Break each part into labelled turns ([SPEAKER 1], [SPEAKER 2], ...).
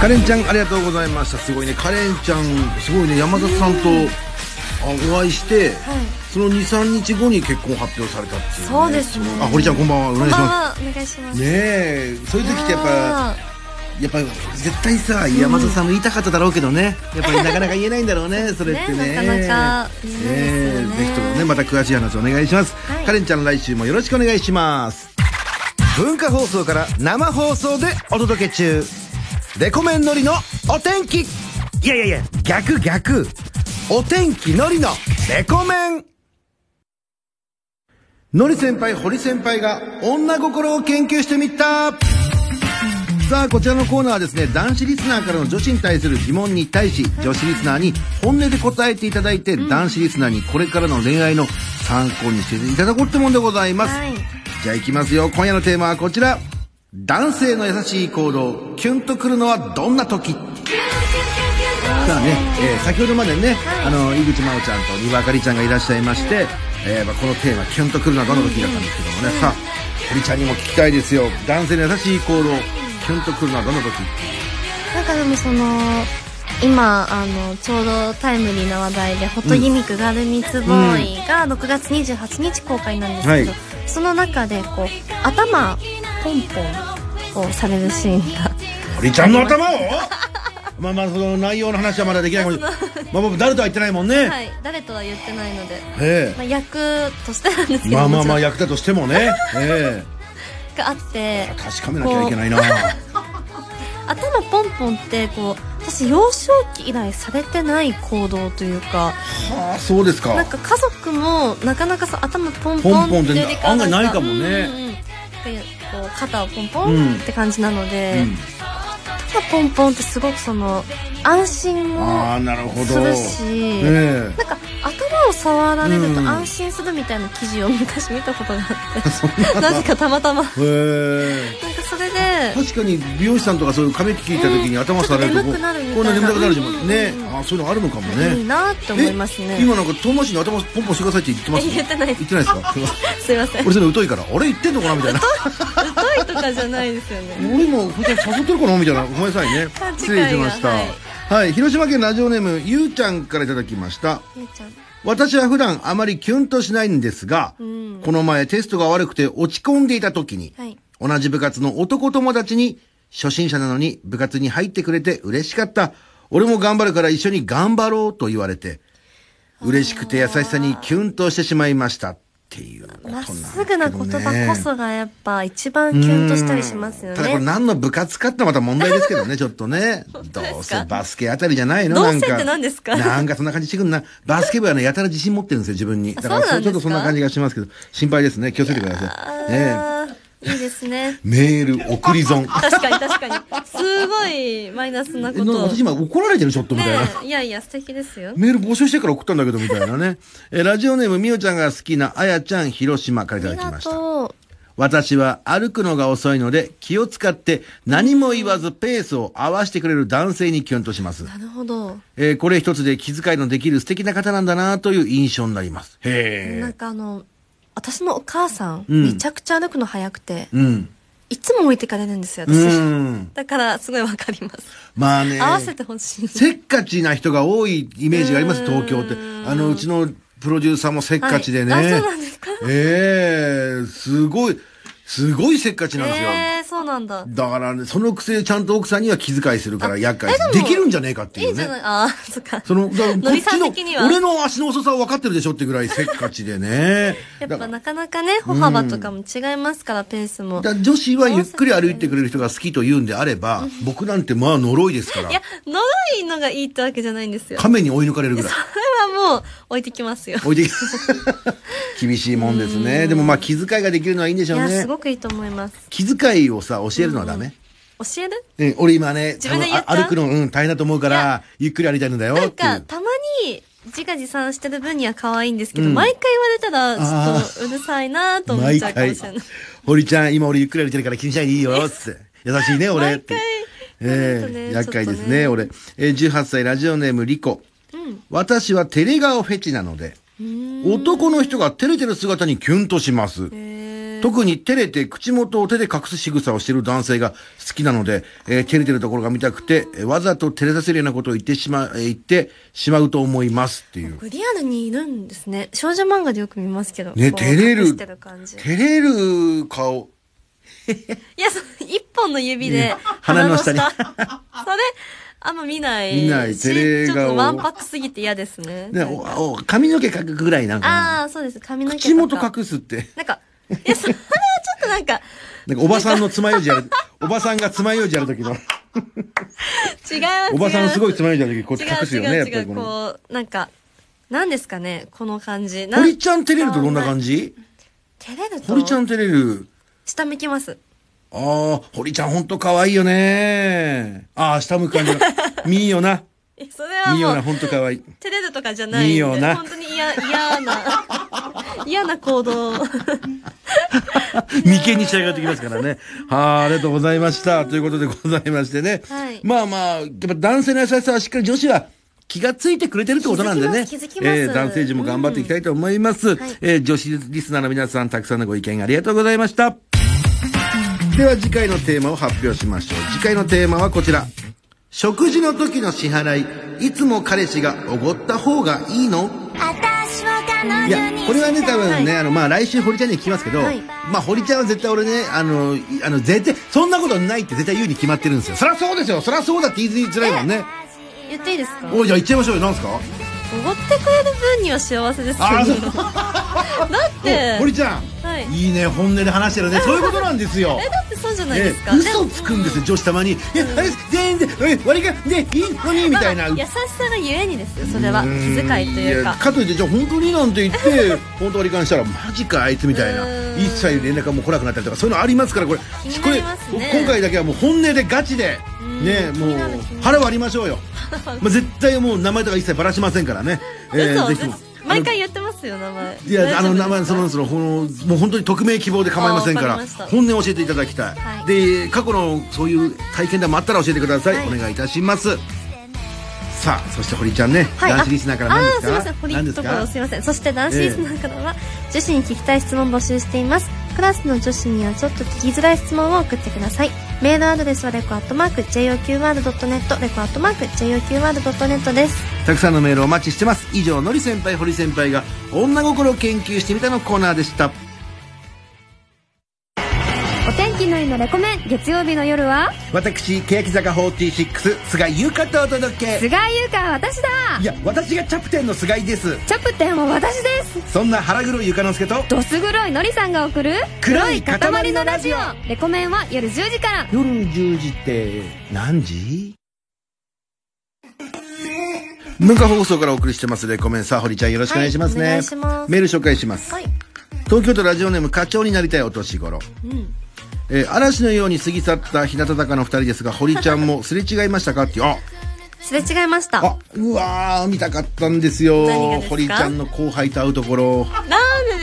[SPEAKER 1] カレンちゃんありがとうございましたすごいねカレンちゃんすごいね山里さんとあお会いして、その23日後に結婚発表されたっていう、ね、
[SPEAKER 2] そうですね
[SPEAKER 1] あ堀ちゃんこんばんはお
[SPEAKER 2] こ
[SPEAKER 1] 願
[SPEAKER 2] ん
[SPEAKER 1] いし
[SPEAKER 2] ばん
[SPEAKER 1] ま
[SPEAKER 2] はお願いしますす
[SPEAKER 1] ねえそういう時ってやっぱやっぱり絶対さ山里さんも言いたかっただろうけどね、やっぱりなかなか言えないんだろう ねそれってね
[SPEAKER 2] ねなかなか言えないですよ
[SPEAKER 1] ね
[SPEAKER 2] ね
[SPEAKER 1] えぜひともねまた詳しい話お願いします、
[SPEAKER 2] はい
[SPEAKER 1] カレンちゃん来週もよろしくお願いします文化放送から生放送でお届け中レコメンのりのお天気いやいやいや逆逆お天気のりのレコメンのり先輩堀先輩が女心を研究してみたさあこちらのコーナーはですね男子リスナーからの女子に対する疑問に対し女子リスナーに本音で答えていただいて、男子リスナーにこれからの恋愛の参考にしていただこうってもんでございます、
[SPEAKER 2] はい
[SPEAKER 1] じゃあいきますよ今夜のテーマはこちら男性の優しい行動キュンとくるのはどんな時さあね、えー先ほどまでね、あの井口真央ちゃんと丹羽あかりちゃんがいらっしゃいまして、えーまあ、このテーマキュンとくるのはどの時だったんですけどもね、さあ堀ちゃんにも聞きたいですよ男性の優しい行動キュンとくるのはどの時
[SPEAKER 2] なんかでもその今あのちょうどタイムリーな話題で「ホットギミックガールミーツボーイ」が6月28日公開なんですけど、
[SPEAKER 1] はい
[SPEAKER 2] その中でこう頭ポンポンをされるシーンが
[SPEAKER 1] 堀ちゃんの頭を まあまあその内容の話はまだできないもんまあ僕誰とは言ってないもんね、
[SPEAKER 2] はい誰とは言ってないので、
[SPEAKER 1] え
[SPEAKER 2] まあ、役としてなんです
[SPEAKER 1] え
[SPEAKER 2] けど
[SPEAKER 1] まあまあ
[SPEAKER 2] もち
[SPEAKER 1] ま
[SPEAKER 2] ろ
[SPEAKER 1] あ
[SPEAKER 2] ん
[SPEAKER 1] 役だとしても ね、え
[SPEAKER 2] があって
[SPEAKER 1] え、確かめなきゃいけないな
[SPEAKER 2] 頭ポンポンってこう私幼少期以来されてない行動というか
[SPEAKER 1] はあそうですか
[SPEAKER 2] なんか家族もなかなかさ頭ポン
[SPEAKER 1] ポ
[SPEAKER 2] ポ
[SPEAKER 1] ンポン
[SPEAKER 2] ン
[SPEAKER 1] っ
[SPEAKER 2] ってて
[SPEAKER 1] ね
[SPEAKER 2] いうよりか
[SPEAKER 1] 案外ない
[SPEAKER 2] ん
[SPEAKER 1] かもね
[SPEAKER 2] うんうんうんでこう肩をポンポ
[SPEAKER 1] うん
[SPEAKER 2] ンって感じなので、
[SPEAKER 1] うん
[SPEAKER 2] 肩ポンポンってすごくその安心
[SPEAKER 1] ああ
[SPEAKER 2] も
[SPEAKER 1] なるほど
[SPEAKER 2] するし、
[SPEAKER 1] え
[SPEAKER 2] なんか頭を触られると
[SPEAKER 1] うん
[SPEAKER 2] 安心するみたいな記事を昔見たことがあっ
[SPEAKER 1] そ
[SPEAKER 2] てなぜかたまたまなん
[SPEAKER 1] えへえ
[SPEAKER 2] かそれで
[SPEAKER 1] 確かに美容師さんとかそういう髪切った時に頭されると
[SPEAKER 2] うんちょっと眠くなるみたいな
[SPEAKER 1] こう眠たくなるじゃんね
[SPEAKER 2] うんうんうん
[SPEAKER 1] あそういうのあるのかも
[SPEAKER 2] いい
[SPEAKER 1] ね
[SPEAKER 2] なって思いますね
[SPEAKER 1] え今なんか遠回しに頭ポンポンしてくださいって言ってます
[SPEAKER 2] 言ってないです
[SPEAKER 1] 言ってないですかすいま せん
[SPEAKER 2] すいません
[SPEAKER 1] 俺それ疎いから俺言ってんのかなみたいな
[SPEAKER 2] 太いとかじゃないですよね
[SPEAKER 1] 俺今普段誘ってるかなみたいなごめんなさいね
[SPEAKER 2] 勘違いが
[SPEAKER 1] 失礼しました
[SPEAKER 2] はい
[SPEAKER 1] はい広島県ラジオネームゆうちゃんからいただきました
[SPEAKER 2] ゆうちゃん
[SPEAKER 1] 私は普段あまりキュンとしないんですが、
[SPEAKER 2] ん
[SPEAKER 1] この前テストが悪くて落ち込んでいた時に、
[SPEAKER 2] はい
[SPEAKER 1] 同じ部活の男友達に、初心者なのに部活に入ってくれて嬉しかった。俺も頑張るから一緒に頑張ろうと言われて、嬉しくて優しさにキュンとしてしまいましたっていうことな
[SPEAKER 2] ま
[SPEAKER 1] ん
[SPEAKER 2] っ
[SPEAKER 1] ですけど、ね。
[SPEAKER 2] すぐな言葉こそがやっぱ一番キュンとしたりしますよ
[SPEAKER 1] ただこれ
[SPEAKER 2] ね。
[SPEAKER 1] 何の部活かってまた問題ですけどね、ちょっとね。どうせバスケあたりじゃないの
[SPEAKER 2] どう
[SPEAKER 1] な
[SPEAKER 2] せ
[SPEAKER 1] ん
[SPEAKER 2] っ
[SPEAKER 1] か。
[SPEAKER 2] て何ですか
[SPEAKER 1] なんかそんな感じしてくんな。バスケ部はね、やたら自信持ってるんですよ、自分に。だから
[SPEAKER 2] そうなん
[SPEAKER 1] ちょっと
[SPEAKER 2] です
[SPEAKER 1] そ
[SPEAKER 2] か
[SPEAKER 1] んな感じがしますけど、心配ですね。気をつけてください。ね。
[SPEAKER 2] あーいいですね
[SPEAKER 1] メール送り損。
[SPEAKER 2] 確かに確かに。すごいマイナスな
[SPEAKER 1] え
[SPEAKER 2] こ
[SPEAKER 1] な
[SPEAKER 2] とを。
[SPEAKER 1] 私今怒られてる、ちょっとみ
[SPEAKER 2] ね
[SPEAKER 1] たいな。
[SPEAKER 2] え、いやいや素敵ですよ。
[SPEAKER 1] メール募集してから送ったんだけど、みたいなね。え、ラジオネーム、みおちゃんが好きな、あやちゃん、広島からいた
[SPEAKER 2] あ
[SPEAKER 1] だ
[SPEAKER 2] り
[SPEAKER 1] き
[SPEAKER 2] が
[SPEAKER 1] ました。
[SPEAKER 2] と
[SPEAKER 1] 私は歩くのが遅いので気を使って何も言わずペースを合わせてくれる男性にキュンとします
[SPEAKER 2] う。。なるほど。
[SPEAKER 1] えーこれ一つで気遣いのできる素敵な方なんだなという印象になります。
[SPEAKER 2] なん
[SPEAKER 1] へえ。
[SPEAKER 2] かあの、私のお母さん、
[SPEAKER 1] うん
[SPEAKER 2] めちゃくちゃ歩くの早くて、
[SPEAKER 1] うん。
[SPEAKER 2] いつも置いてかれるんですよ、
[SPEAKER 1] う
[SPEAKER 2] 私。
[SPEAKER 1] ん。
[SPEAKER 2] だからすごいわかります。
[SPEAKER 1] まあね。
[SPEAKER 2] 合わせてほしい。
[SPEAKER 1] せっかちな人が多いイメージがあります、
[SPEAKER 2] うん
[SPEAKER 1] 東京って。あの、うちのプロデューサーもせっかちでね。
[SPEAKER 2] はいあそうなんですか
[SPEAKER 1] ええすごい、すごいせっかちなんですよ。
[SPEAKER 2] えー、そうなんだ。
[SPEAKER 1] だからね、そのくせちゃんと奥さんには気遣いするから厄介
[SPEAKER 2] え
[SPEAKER 1] で
[SPEAKER 2] でも
[SPEAKER 1] きるんじゃねえかっていうね。
[SPEAKER 2] いいじゃない、ああ、そっか。
[SPEAKER 1] その、だから
[SPEAKER 2] のりさん的には
[SPEAKER 1] 俺の足の遅さは分かってるでしょってぐらいせっかちでね
[SPEAKER 2] 。やっ
[SPEAKER 1] だか
[SPEAKER 2] ぱ
[SPEAKER 1] ら
[SPEAKER 2] なかなかね、歩幅とかも違いますから、ペースも。
[SPEAKER 1] だ女子はゆっくり歩いてくれる人が好きと言うんであれば、僕なんてまあ呪いですから
[SPEAKER 2] いや、、呪いのがいいってわけじゃないんですよ。そ
[SPEAKER 1] 亀に追い抜かれるぐらい。
[SPEAKER 2] れはもう置いてきますよ。
[SPEAKER 1] 置いてき 厳しいもんですね。でもまあ気遣いができるのはいいんで
[SPEAKER 2] い
[SPEAKER 1] しょう
[SPEAKER 2] や、
[SPEAKER 1] ね
[SPEAKER 2] す。ごくいいと思います。
[SPEAKER 1] 気遣いをさ、教えるのはダメ。
[SPEAKER 2] 教える
[SPEAKER 1] うん、俺今ね、
[SPEAKER 2] 自分で言っ
[SPEAKER 1] あ
[SPEAKER 2] た
[SPEAKER 1] 歩くの、うん、大変だと思うか
[SPEAKER 2] い
[SPEAKER 1] ら、ゆっくり歩いたいんだよ
[SPEAKER 2] なん
[SPEAKER 1] ってい
[SPEAKER 2] か、
[SPEAKER 1] う。
[SPEAKER 2] たまに、自画自賛してる分には可愛いんですけど、毎回言われたら、ちょっとうるさいなと思っ
[SPEAKER 1] 毎
[SPEAKER 2] ちゃうかも
[SPEAKER 1] 回
[SPEAKER 2] しれない。、
[SPEAKER 1] 堀ちゃん、今俺ゆっくり歩いてるから気にしないでいいよ、つって。優しいね、俺。
[SPEAKER 2] 毎
[SPEAKER 1] って
[SPEAKER 2] 回
[SPEAKER 1] え
[SPEAKER 2] 言われると
[SPEAKER 1] え
[SPEAKER 2] ね
[SPEAKER 1] 厄介です
[SPEAKER 2] ちょっと
[SPEAKER 1] ね、
[SPEAKER 2] ね
[SPEAKER 1] 俺。えー18歳ラジオネームリコ。私はテレ顔フェチなので、男の人が照れてる姿にキュンとします。
[SPEAKER 2] え
[SPEAKER 1] 特に照れて口元を手で隠す仕草をしている男性が好きなので、えー照れてるところが見たくて、えーわざと照れさせるようなことを言ってしま、えー言ってしまうと思いますっていう。
[SPEAKER 2] これリアルにいるんですね。少女漫画でよく見ますけど。
[SPEAKER 1] ね、
[SPEAKER 2] こう
[SPEAKER 1] 照れ
[SPEAKER 2] 隠
[SPEAKER 1] る。
[SPEAKER 2] してる感じ。
[SPEAKER 1] 照れる顔。
[SPEAKER 2] いや、そ一本の指
[SPEAKER 1] ね
[SPEAKER 2] で、
[SPEAKER 1] 鼻の下に
[SPEAKER 2] それ、あんま見ないし。
[SPEAKER 1] 見ない照れ
[SPEAKER 2] ち
[SPEAKER 1] 顔
[SPEAKER 2] ょっとわんぱくすぎて嫌ですね。
[SPEAKER 1] ね、おお髪の毛隠くぐらいなんか
[SPEAKER 2] ああ、そうです。髪の
[SPEAKER 1] な。
[SPEAKER 2] 毛とか。
[SPEAKER 1] 口元隠すって。
[SPEAKER 2] なんか、いや、それ はちょっとなんか、
[SPEAKER 1] なんかおばさんの爪楊枝や る、おばさんが爪楊枝やるときの、
[SPEAKER 2] 違います。
[SPEAKER 1] おばさんのすごい
[SPEAKER 2] 違う
[SPEAKER 1] 爪楊枝やるとき、こうやって隠すよね、
[SPEAKER 2] 違
[SPEAKER 1] や
[SPEAKER 2] う
[SPEAKER 1] っぱり
[SPEAKER 2] 違う、
[SPEAKER 1] この。
[SPEAKER 2] こう、なんか、なんですかね、この感じ。な
[SPEAKER 1] 堀ちゃん照れるとどんな感じ
[SPEAKER 2] 照れると
[SPEAKER 1] 堀ちゃん照れる。
[SPEAKER 2] 下向きます。
[SPEAKER 1] ああ、堀ちゃんほんと可愛いよね。ああ、下向く感じの。 みーよな。
[SPEAKER 2] えそれは
[SPEAKER 1] みーよな、
[SPEAKER 2] もう、
[SPEAKER 1] ほんと可愛い。
[SPEAKER 2] 照れるとかじゃないんで。
[SPEAKER 1] いいよな
[SPEAKER 2] 本当に嫌、嫌な、 嫌な行動。
[SPEAKER 1] 眉間に仕上がってきますからね。はあ、ありがとうございました。ということでございましてね。
[SPEAKER 2] はい
[SPEAKER 1] まあまあ、やっぱ男性の優しさはしっかり女子は気がついてくれてるってことなんでね。
[SPEAKER 2] 気づきます気づきます
[SPEAKER 1] えー男性陣も頑張っていきたいと思います。
[SPEAKER 2] はい
[SPEAKER 1] えー女子リスナーの皆さん、たくさんのご意見ありがとうございました。では次回のテーマを発表しましょう。次回のテーマはこちら。食事の時の支払い、いつも彼氏がおごった方がいいの
[SPEAKER 3] 私は彼女に
[SPEAKER 1] いや、これはね、多分ね、
[SPEAKER 2] は
[SPEAKER 1] あの、まあ、来週、堀ちゃんには聞きますけど、
[SPEAKER 2] はい
[SPEAKER 1] まあ、堀ちゃんは絶対俺ね、あの、いあの、絶対、そんなことないって絶対言うに決まってるんですよ。そりゃそうですよ。そりゃそうだって言いづらいもんね。
[SPEAKER 2] 言っていいですかおごっ
[SPEAKER 1] おい、じゃあ言っちゃいましょうよ。なんですか
[SPEAKER 2] てくれる分には幸せですけど。
[SPEAKER 1] あ
[SPEAKER 2] だ
[SPEAKER 1] ーそう
[SPEAKER 2] って、
[SPEAKER 1] 堀ちゃん、
[SPEAKER 2] はい
[SPEAKER 1] いね、本音で話してるね。そういうことなんですよ。
[SPEAKER 2] え、だってそうじゃないで
[SPEAKER 1] ね
[SPEAKER 2] すか。、
[SPEAKER 1] 嘘つくんですよ、女子たまに。え、あれ、全然、え、割り勘でいいのに、みたいな。
[SPEAKER 2] 優しさがゆえにですよ、それは。気遣いとい
[SPEAKER 1] や
[SPEAKER 2] うか。
[SPEAKER 1] かといってじゃあ本当になんて言って 本当割り勘したらマジかあいつみたいな
[SPEAKER 2] うん
[SPEAKER 1] 一切連絡がもう来なくなったりとかそういうのありますからこれ
[SPEAKER 2] 気に
[SPEAKER 1] こ
[SPEAKER 2] な
[SPEAKER 1] れ
[SPEAKER 2] りますね
[SPEAKER 1] 今回だけはもう本音でガチで
[SPEAKER 2] うん
[SPEAKER 1] ね
[SPEAKER 2] 気
[SPEAKER 1] もう
[SPEAKER 2] になる気にな
[SPEAKER 1] 腹割りましょう よまあ絶対もう名前とか一切ばらしませんからね、
[SPEAKER 2] 嘘
[SPEAKER 1] ぜひとも
[SPEAKER 2] 嘘毎回言ってますよ名前
[SPEAKER 1] いや、あの、名前、そ
[SPEAKER 2] の
[SPEAKER 1] の、その、この、もう本当に匿名希望で構いませんから、
[SPEAKER 2] あわかりました
[SPEAKER 1] 本音を教えていただきたい,、
[SPEAKER 2] はい
[SPEAKER 1] で、過去のそういう体験談もあったら教えてください。
[SPEAKER 2] はい
[SPEAKER 1] お願いいたします。さあ、そして堀ちゃんね、
[SPEAKER 2] はい、
[SPEAKER 1] 男子リスナーから
[SPEAKER 2] あ
[SPEAKER 1] 何
[SPEAKER 2] あーすい
[SPEAKER 1] で
[SPEAKER 2] ます
[SPEAKER 1] か
[SPEAKER 2] せん堀
[SPEAKER 1] 何
[SPEAKER 2] の
[SPEAKER 1] です
[SPEAKER 2] とこ
[SPEAKER 1] か
[SPEAKER 2] ろすいませんそして男子リスナーからは、女子に聞きたい質問募集していますクラスの女子にはちょっと聞きづらい質問を送ってくださいメールアドレスはレコアットマーク JOQR.net レコアットマーク JOQR.net です
[SPEAKER 1] たくさんのメールお待ちしてます。以上、のり先輩、堀先輩が女心を研究してみたのコーナーでした。
[SPEAKER 3] お天気のいいのレコメン月曜日の夜は
[SPEAKER 1] 私、欅坂46、菅井優香とお届け。
[SPEAKER 3] 菅井優香は私だ
[SPEAKER 1] いや、私がチャプテンの菅井です。
[SPEAKER 3] チャプテンは私です
[SPEAKER 1] そんな腹黒いゆかのすけと、
[SPEAKER 3] ドス黒いのりさんが送る
[SPEAKER 1] 黒い塊のラジオ
[SPEAKER 3] レコメンは夜10時から
[SPEAKER 1] 夜10時って何時文化放送からお送りしてますレコメンさあ堀ちゃんよろしくお願いしますね、
[SPEAKER 2] はいお願いします
[SPEAKER 1] メール紹介します
[SPEAKER 2] はい
[SPEAKER 1] 東京都ラジオネーム課長になりたいお年頃、
[SPEAKER 2] ん
[SPEAKER 1] えー嵐のように過ぎ去った日向坂の二人ですが堀ちゃん もすれ違いましたかっていうあ
[SPEAKER 2] すれ違いましたラ
[SPEAKER 1] あうわー見たかったんですよ
[SPEAKER 2] 何がですか
[SPEAKER 1] 堀ちゃんの後輩と会うところ
[SPEAKER 2] ー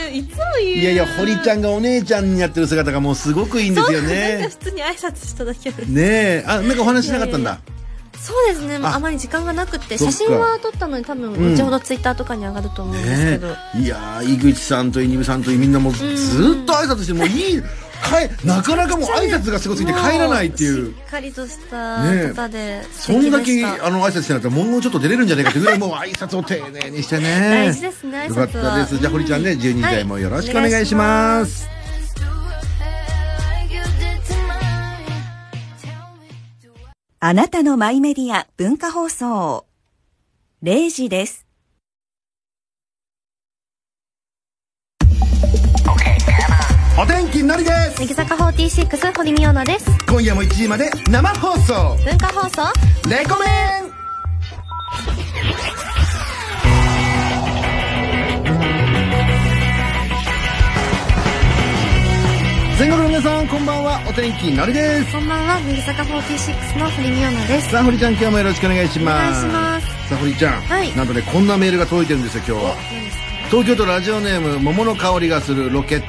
[SPEAKER 2] メンいつも言う
[SPEAKER 1] いやいや堀ちゃんがお姉ちゃんになってる姿がもうすごくいいんですよ
[SPEAKER 2] なんか
[SPEAKER 1] ね
[SPEAKER 2] 普通に挨拶しただけで
[SPEAKER 1] ねえあなんかお話しなかったんだ
[SPEAKER 2] そうですね
[SPEAKER 1] あ
[SPEAKER 2] あまり時間がなくて
[SPEAKER 1] そっ
[SPEAKER 2] 写
[SPEAKER 1] か
[SPEAKER 2] 真は撮ったのに多分後ほどツイッターとかに上がると思うんですけ
[SPEAKER 1] ね
[SPEAKER 2] ど、
[SPEAKER 1] えいやー井口さんとイニブさんといいみんなもうずーっと挨拶してもういいかえなかなかもう挨拶がすごすぎて帰らないっていう
[SPEAKER 2] もしっかりとした方で、
[SPEAKER 1] そ
[SPEAKER 2] 素
[SPEAKER 1] ん
[SPEAKER 2] 敵
[SPEAKER 1] だ
[SPEAKER 2] でし
[SPEAKER 1] け
[SPEAKER 2] た
[SPEAKER 1] あの挨拶してなかったらもうちょっと出れるんじゃないかってぐらいもう挨拶を丁寧にしてね
[SPEAKER 2] 大事ですね挨拶
[SPEAKER 1] よ
[SPEAKER 2] は
[SPEAKER 1] かったですじゃあ堀ちゃんね12時台もよろしくお願いします、
[SPEAKER 4] あなたのマイメディア文化放送。0時です。
[SPEAKER 1] お天気のりです
[SPEAKER 2] 乃木坂46堀美央奈です
[SPEAKER 1] 今夜も1時まで生放送
[SPEAKER 2] 文化放送
[SPEAKER 1] レコメン全国の皆さんこんばんはお天気のりです
[SPEAKER 2] こんばんは乃木坂46の堀美央奈です
[SPEAKER 1] さあ堀ちゃん今日もよろしくお願いします
[SPEAKER 2] お願いし
[SPEAKER 1] さあ堀ちゃん、
[SPEAKER 2] はい
[SPEAKER 1] なんとねこんなメールが届いてるんですよ今日は東京都ラジオネーム桃の香りがするロケ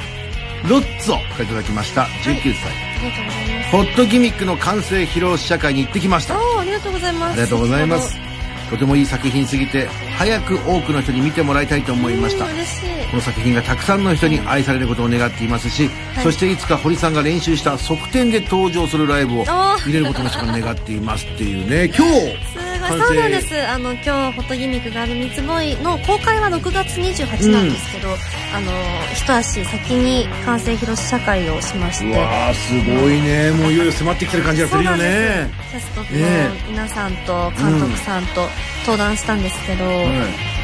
[SPEAKER 1] ロッツォからいただきました19歳、
[SPEAKER 2] ありがとうございます
[SPEAKER 1] ホットギミックの完成披露試写会に行ってきました
[SPEAKER 2] おーありがとうございます
[SPEAKER 1] ありがとうございます
[SPEAKER 2] 先ほ
[SPEAKER 1] とてもいい作品すぎて早く多くの人に見てもらいたいと思いました
[SPEAKER 2] うん嬉しい
[SPEAKER 1] この作品がたくさんの人に愛されることを願っていますし、
[SPEAKER 2] はい
[SPEAKER 1] そしていつか堀さんが練習した側転で登場するライブを
[SPEAKER 2] ー
[SPEAKER 1] 見れることもしか願っていますっていうね今日
[SPEAKER 2] すご
[SPEAKER 1] 完
[SPEAKER 2] い
[SPEAKER 1] 成
[SPEAKER 2] そうなんですあの今日フォトギミックがある三つボーイの公開は6月28なんですけど、あの一足先に完成披露試写会をしまし
[SPEAKER 1] う
[SPEAKER 2] て
[SPEAKER 1] わーすごいねもういよいよ迫ってきてる感じがするよね
[SPEAKER 2] キャストの
[SPEAKER 1] え
[SPEAKER 2] 皆さんと監督さんと登壇したんですけど、
[SPEAKER 1] はい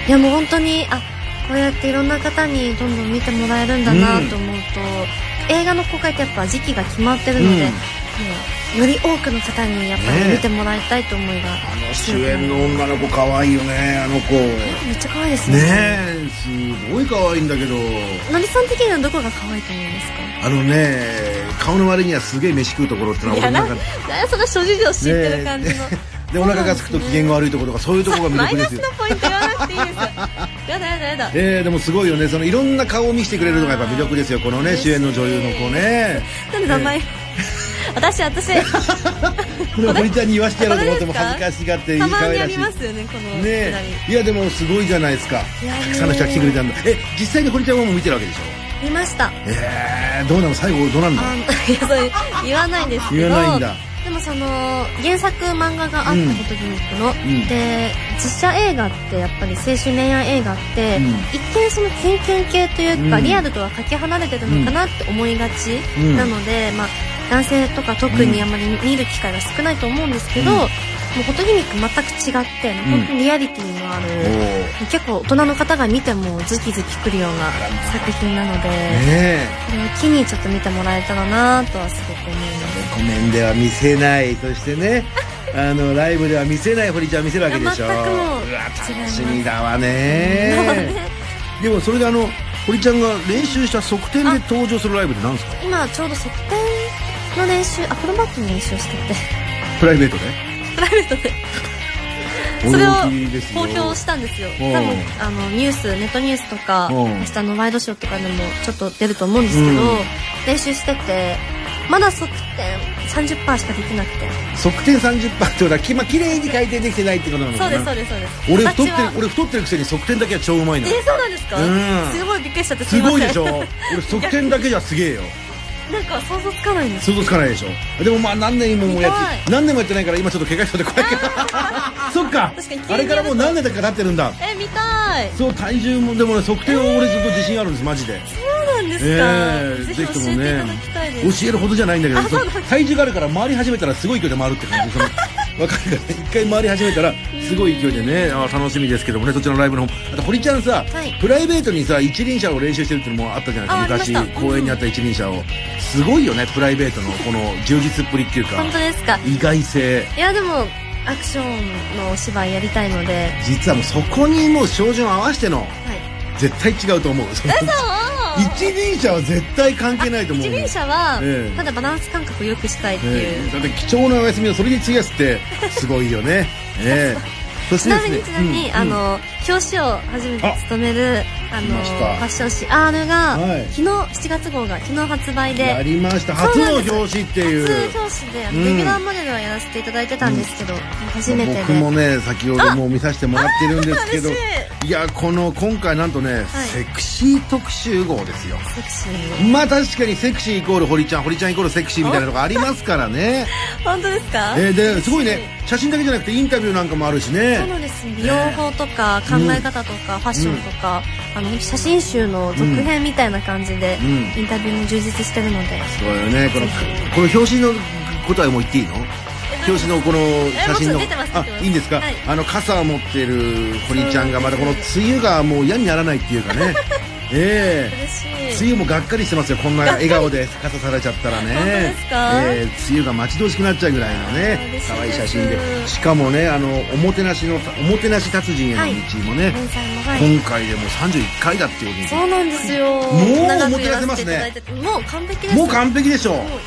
[SPEAKER 2] いやもう本当にあこうやっていろんな方にどんどん見てもらえるんだなと思うと、映画の公開ってやっぱ時期が決まってるので、
[SPEAKER 1] うん
[SPEAKER 2] もうより多くの方にやっぱり
[SPEAKER 1] ね
[SPEAKER 2] 見てもらいたいと思いが、
[SPEAKER 1] あの主演の女の子可愛いよねあの子
[SPEAKER 2] めっちゃ可愛いですね
[SPEAKER 1] ねえすごい可愛いんだけど
[SPEAKER 2] のりさん的にはどこが可愛いと思いますか
[SPEAKER 1] あのね顔の割にはすげえ飯食うところってのは俺の中で
[SPEAKER 2] なんかその諸事情知ってる感じの、
[SPEAKER 1] ねえでお腹がすくと機嫌が悪いところとかそういうところが
[SPEAKER 2] マ
[SPEAKER 1] 魅
[SPEAKER 2] イ
[SPEAKER 1] 力で
[SPEAKER 2] ナス
[SPEAKER 1] すよ
[SPEAKER 2] のポイント言わなくていいです やだやだやだ
[SPEAKER 1] えー、でもすごいよねそのいろんな顔を見せてくれるのがやっぱ魅力ですよこのね
[SPEAKER 2] 嬉しい
[SPEAKER 1] 主演の女優の子ね
[SPEAKER 2] なんで名前、私私
[SPEAKER 1] これは堀ちゃんに言わせてやろうと思っても
[SPEAKER 2] これです
[SPEAKER 1] 恥
[SPEAKER 2] か
[SPEAKER 1] ずかしがっていい
[SPEAKER 2] たま
[SPEAKER 1] 可
[SPEAKER 2] に
[SPEAKER 1] 愛
[SPEAKER 2] あ
[SPEAKER 1] らし
[SPEAKER 2] り
[SPEAKER 1] い
[SPEAKER 2] ますよねこのくだ
[SPEAKER 1] ね
[SPEAKER 2] り、
[SPEAKER 1] えいやでもすごいじゃないですか
[SPEAKER 2] いやね
[SPEAKER 1] たくさんの人が来てくれたんだえ実際に堀ちゃんはもう見てるわけでしょ
[SPEAKER 2] 見ました
[SPEAKER 1] えー、どうなの最後どうなんの
[SPEAKER 2] あの いやそれ言わないんですけど
[SPEAKER 1] 言わないんだ
[SPEAKER 2] でもその原作漫画があった
[SPEAKER 1] うん
[SPEAKER 2] ことギミックの、
[SPEAKER 1] ん
[SPEAKER 2] で実写映画ってやっぱり青春恋愛映画って、
[SPEAKER 1] うん
[SPEAKER 2] 一見そのキュンキュン系というか、
[SPEAKER 1] うん
[SPEAKER 2] リアルとはかけ離れてるのかなって思いがち
[SPEAKER 1] うん
[SPEAKER 2] なので、まあ男性とか特にあまり見る機会が少ないと思うんですけど、
[SPEAKER 1] うん
[SPEAKER 2] もうフォトギミック全く違って、
[SPEAKER 1] うん
[SPEAKER 2] 本当にリアリティのある、
[SPEAKER 1] おー
[SPEAKER 2] 結構大人の方が見てもズキズキくるような作品なので、
[SPEAKER 1] ね
[SPEAKER 2] これを機にちょっと見てもらえたらなとはすごく思います
[SPEAKER 1] えコメンでは見せないそして ねあのライブでは見せない堀ちゃんを見せるわけでしょ
[SPEAKER 2] いや全くも
[SPEAKER 1] う
[SPEAKER 2] う
[SPEAKER 1] わ
[SPEAKER 2] 違い
[SPEAKER 1] 楽
[SPEAKER 2] ます
[SPEAKER 1] しみだわねでもそれであの堀ちゃんが練習した側転で登場するライブって何ですか
[SPEAKER 2] 今ちょうど側転の練習アクロバットの練習をしてて
[SPEAKER 1] プライベートで
[SPEAKER 2] プライベートでそれを
[SPEAKER 1] 驚きですよ
[SPEAKER 2] 公表したんですよ
[SPEAKER 1] おう
[SPEAKER 2] 多分あのニュースネットニュースとか
[SPEAKER 1] おう
[SPEAKER 2] 明日のワイドショーとかでもちょっと出ると思うんですけど、
[SPEAKER 1] うん
[SPEAKER 2] 練習しててまだ側転30%しかできなくて
[SPEAKER 1] 側転30%ってことはき,、まあ、綺麗に回転できてないってことなの
[SPEAKER 2] そ
[SPEAKER 1] か
[SPEAKER 2] うですそ
[SPEAKER 1] な
[SPEAKER 2] うですそうです
[SPEAKER 1] 俺太って
[SPEAKER 2] 形は
[SPEAKER 1] る俺太ってるくせに側転だけは超うまいの
[SPEAKER 2] えーそうなんですか、
[SPEAKER 1] うん
[SPEAKER 2] すごいびっくりしちゃってす
[SPEAKER 1] す
[SPEAKER 2] いませ
[SPEAKER 1] ごい
[SPEAKER 2] ん
[SPEAKER 1] でしょ俺側転だけじゃすげえよ
[SPEAKER 2] なんか想像つかないんです
[SPEAKER 1] 想像つかないでしょでもまあ何年ももうや
[SPEAKER 2] 見た
[SPEAKER 1] っ
[SPEAKER 2] い
[SPEAKER 1] て何年もやってないから今ちょっと怪我したって怖いけど そっか
[SPEAKER 2] 確かに急に
[SPEAKER 1] あれからもう何年だか経ってるんだ
[SPEAKER 2] えー見たい
[SPEAKER 1] そう体重もでもね測定は俺ずっと自信あるんですマジで
[SPEAKER 2] そうなんですか、ぜひ教えていただきたいです
[SPEAKER 1] 教えるほどじゃないんだけど
[SPEAKER 2] あそうなん
[SPEAKER 1] そう体重があるから回り始めたらすごい勢いで回るって感じそのわかるから一回回り始めたらすごい勢いでねあー楽しみですけどもねそっちのライブの方あと堀ちゃんさ、
[SPEAKER 2] はい
[SPEAKER 1] プライベートにさ一輪車を練習してるっていうのもあったじゃないですか
[SPEAKER 2] あありま
[SPEAKER 1] 昔
[SPEAKER 2] した
[SPEAKER 1] 公園にあった一輪車をすごいよねプライベートのこの充実っぷりっていうか
[SPEAKER 2] 本当ですか
[SPEAKER 1] 意外性
[SPEAKER 2] いやでもアクションのお芝居やりたいので
[SPEAKER 1] 実はもうそこにもう照準合わせての
[SPEAKER 2] はい
[SPEAKER 1] 絶対違うと思うその一輪車は絶対関係ないと思う
[SPEAKER 2] 一輪車は、
[SPEAKER 1] ええ
[SPEAKER 2] ただバランス感覚を良くしたいっていう、
[SPEAKER 1] ええだって貴重なお休みをそれに費やすってすごいよ ねええそし
[SPEAKER 2] ち
[SPEAKER 1] てで
[SPEAKER 2] な
[SPEAKER 1] す
[SPEAKER 2] み
[SPEAKER 1] ね
[SPEAKER 2] にちなみに、
[SPEAKER 1] うん
[SPEAKER 2] あの表紙を初めて務めるあ
[SPEAKER 1] 見
[SPEAKER 2] の
[SPEAKER 1] まし
[SPEAKER 2] フ
[SPEAKER 1] た
[SPEAKER 2] ァッション誌 R が、
[SPEAKER 1] はい
[SPEAKER 2] 昨日7月号が昨日発売
[SPEAKER 1] うんや
[SPEAKER 2] で
[SPEAKER 1] りました初
[SPEAKER 2] そ
[SPEAKER 1] の
[SPEAKER 2] うなんです
[SPEAKER 1] 表紙ってい
[SPEAKER 2] 普
[SPEAKER 1] う
[SPEAKER 2] 通表紙で、あ
[SPEAKER 1] う
[SPEAKER 2] の
[SPEAKER 1] ん
[SPEAKER 2] レギュラーモデルはやらせていただいてたんですけど、初めてで
[SPEAKER 1] 僕もね先ほどもう見させてもらってるんですけど
[SPEAKER 2] 嬉
[SPEAKER 1] いやこの今回なんとね、セクシー特集号ですよ
[SPEAKER 2] セクシー
[SPEAKER 1] まあ確かにセクシーイコール堀ちゃん堀ちゃんイコールセクシーみたいなのがありますからね、
[SPEAKER 2] 本当ですか
[SPEAKER 1] ええですごいね写真だけじゃなくてインタビューなんかもあるしね
[SPEAKER 2] そうなんです美容法とか考え方とかファッションとか、あの写真集の続編みたいな感じで、
[SPEAKER 1] う
[SPEAKER 2] インタビューも充実してるので、
[SPEAKER 1] そうよねこのこの表紙のことはもう言っていいの表紙のこの写真の
[SPEAKER 2] もう出てます出てま
[SPEAKER 1] あ
[SPEAKER 2] す
[SPEAKER 1] いいんですか、
[SPEAKER 2] はい
[SPEAKER 1] あの傘を持ってる堀ちゃんがまたこの梅雨がもう嫌にならないっていうか ねええ
[SPEAKER 2] 嬉しい
[SPEAKER 1] 梅雨もがっかりしてますよこんな笑顔で傘されちゃったらね
[SPEAKER 2] 本当ですか
[SPEAKER 1] ええ梅雨が待ち遠しくなっちゃうぐらいのね
[SPEAKER 2] あ嬉しいです
[SPEAKER 1] 可愛い写真でしかもねあのおもてなしのおもてなし達人への道もね、
[SPEAKER 2] 連載もはい
[SPEAKER 1] 今回でもう31回だっていうこと
[SPEAKER 2] そうなんですよも
[SPEAKER 1] う
[SPEAKER 2] 長く
[SPEAKER 1] もて
[SPEAKER 2] や
[SPEAKER 1] なせ
[SPEAKER 2] ら
[SPEAKER 1] ま
[SPEAKER 2] せて
[SPEAKER 1] す
[SPEAKER 2] い
[SPEAKER 1] ね
[SPEAKER 2] ただいててもう完璧です
[SPEAKER 1] もう完璧でしょう
[SPEAKER 2] もう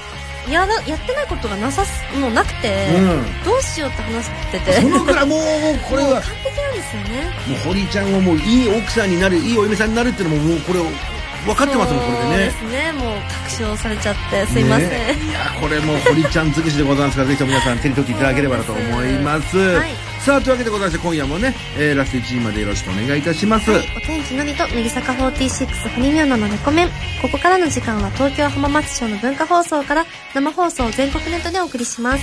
[SPEAKER 2] やらやってないことがなさすもうなくて、
[SPEAKER 1] うん
[SPEAKER 2] どうしようって話してて
[SPEAKER 1] そ
[SPEAKER 2] もう
[SPEAKER 1] のぐらいもうこれ
[SPEAKER 2] 完
[SPEAKER 1] は
[SPEAKER 2] 璧なんですよね
[SPEAKER 1] もう堀ちゃんはもういい奥さんになるいいお嫁さんになるっていうのももうこれ分かってますもんこれでね
[SPEAKER 2] そうですねもう確証されちゃってすいません、
[SPEAKER 1] ねいやこれもう堀ちゃん尽くしでございますからぜひとも皆さん手に取っていただければなと思います、
[SPEAKER 2] はい
[SPEAKER 1] さあというわけでございまして今夜もね、えーラスト1時までよろしくお願いいたします、
[SPEAKER 2] お天気のりと乃木坂46堀美央奈のレコメンここからの時間は東京浜松町の文化放送から生放送を全国ネットでお送りします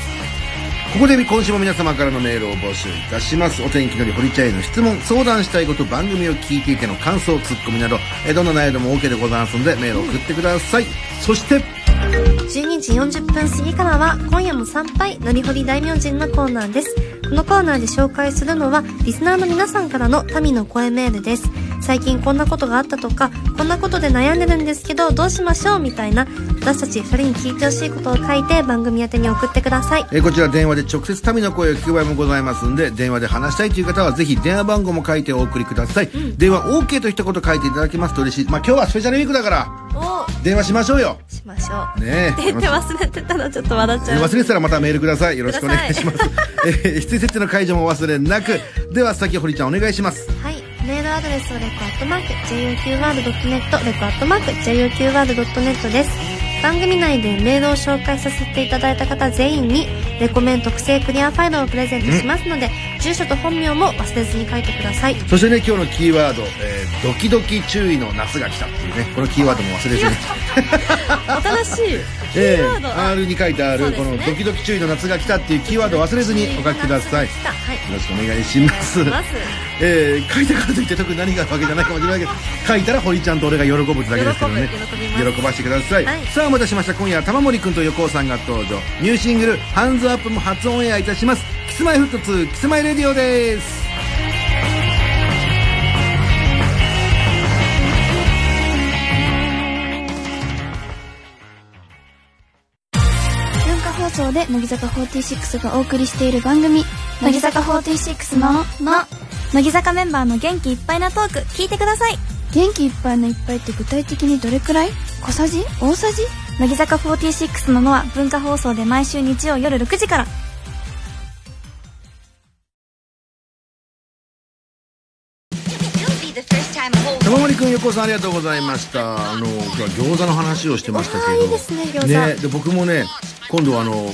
[SPEAKER 1] ここで今週も皆様からのメールを募集いたしますお天気のり堀ちゃんへの質問相談したいこと番組を聞いていての感想ツッコミなどえーどんな内容でも OK でございますのでメールを送ってください、そして
[SPEAKER 2] 12時40分過ぎからは今夜も参拝のりほり大名人のコーナーですこのコーナーで紹介するのはリスナーの皆さんからの民の声メールです最近こんなことがあったとかこんなことで悩んでるんですけどどうしましょうみたいな私たち2人に聞いてほしいことを書いて番組宛てに送ってください
[SPEAKER 1] えーこちら電話で直接民の声を聞く場合もございますんで電話で話したいという方はぜひ電話番号も書いてお送りください、電話 OK と一言書いていただけますと嬉しいまあ今日はスペシャルウィークだから
[SPEAKER 2] お
[SPEAKER 1] 電話しましょうよ
[SPEAKER 2] しましょう
[SPEAKER 1] ね
[SPEAKER 2] って
[SPEAKER 1] え
[SPEAKER 2] 言って忘れてたらちょっと笑っちゃいま
[SPEAKER 1] 忘
[SPEAKER 2] す
[SPEAKER 1] れてたらまたメールくださいよろしくお願いしますえー、出演設定の解除もお忘れなくでは先堀ちゃんお願いします
[SPEAKER 2] はいメールアドレスはレコアットマーク JOQR.net レコアットマーク JOQR.net です番組内でメールを紹介させていただいた方全員にレコメン特製クリアファイルをプレゼントしますので住所と本名も忘れずに書いてください
[SPEAKER 1] そしてね今日のキーワード、えードキドキ注意の夏が来たっていうねこのキーワードも忘れずに
[SPEAKER 2] 新しいキ
[SPEAKER 1] え
[SPEAKER 2] ーワード、
[SPEAKER 1] ー R に書いてあ
[SPEAKER 2] そう
[SPEAKER 1] る
[SPEAKER 2] で
[SPEAKER 1] こ
[SPEAKER 2] すね
[SPEAKER 1] のドキドキ注意の夏が来たっていうキーワードを忘れずにお書きくださいよ
[SPEAKER 2] はい
[SPEAKER 1] ろしくお願いします
[SPEAKER 2] お願いし
[SPEAKER 1] えー書いたからといって特に何があるわけじゃないかもしれない けど書いたら堀ちゃんと俺が喜ぶってだけですけどね
[SPEAKER 2] 喜ぶ喜びます
[SPEAKER 1] 喜ばしてください、
[SPEAKER 2] はい
[SPEAKER 1] さあお待たせしました今夜は玉森君と横尾さんが登場ニューシングル「ハンズアップも初オンエアいたします「キスマイフット2キスマイレディオ」です
[SPEAKER 5] 文化放送で乃木坂46がお送りしている番組「乃木坂46のの
[SPEAKER 3] 乃木坂メンバーの元気いっぱいなトーク聞いてください
[SPEAKER 5] 元気いっぱいのいっぱい」って具体的にどれくらい小さじ大さじ
[SPEAKER 3] 乃木坂46ののは文化放送で毎週日曜夜6時から
[SPEAKER 1] 玉森君横尾さんありがとうございましたあの今日は餃子の話をしてましたけど
[SPEAKER 2] いいですね餃子
[SPEAKER 1] ねで僕もね今度あの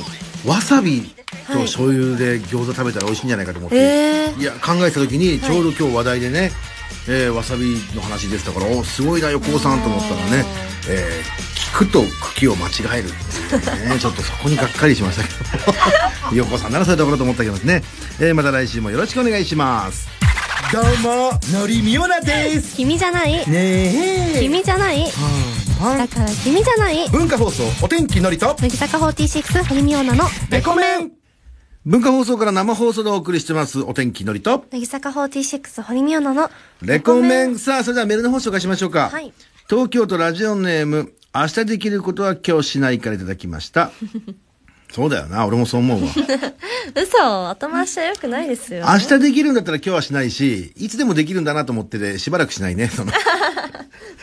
[SPEAKER 1] わさびと醤油で餃子食べたら美味しいんじゃないかと思って、
[SPEAKER 2] えー
[SPEAKER 1] いや考えた時にちょうど今日話題でね、えーわさびの話でしたからおすごいな横尾さんと思ったらね、えー聞くと茎を間違えるっていう ねちょっとそこにがっかりしました けど横尾さんならそういうところと思ったけどね、えーまた来週もよろしくお願いしますどうものりみおなです
[SPEAKER 2] 君じゃない
[SPEAKER 1] ね
[SPEAKER 2] 君じゃないだから君じゃない
[SPEAKER 1] 文化放送お天気のりと
[SPEAKER 2] 乃木坂46堀美央奈の
[SPEAKER 1] レコメン文化放送から生放送でお送りしてますお天気のりと
[SPEAKER 2] 乃木坂46堀美央奈の
[SPEAKER 1] レコメンさあ、それではメールの方紹介しましょうか。
[SPEAKER 2] はい
[SPEAKER 1] 東京都ラジオネーム、明日できることは今日しないからいただきました。そうだよな、俺もそう思うわ。
[SPEAKER 2] 嘘頭下良くないですよ
[SPEAKER 1] 明日できるんだったら今日はしないし、いつでもできるんだなと思ってて、しばらくしないね。そのね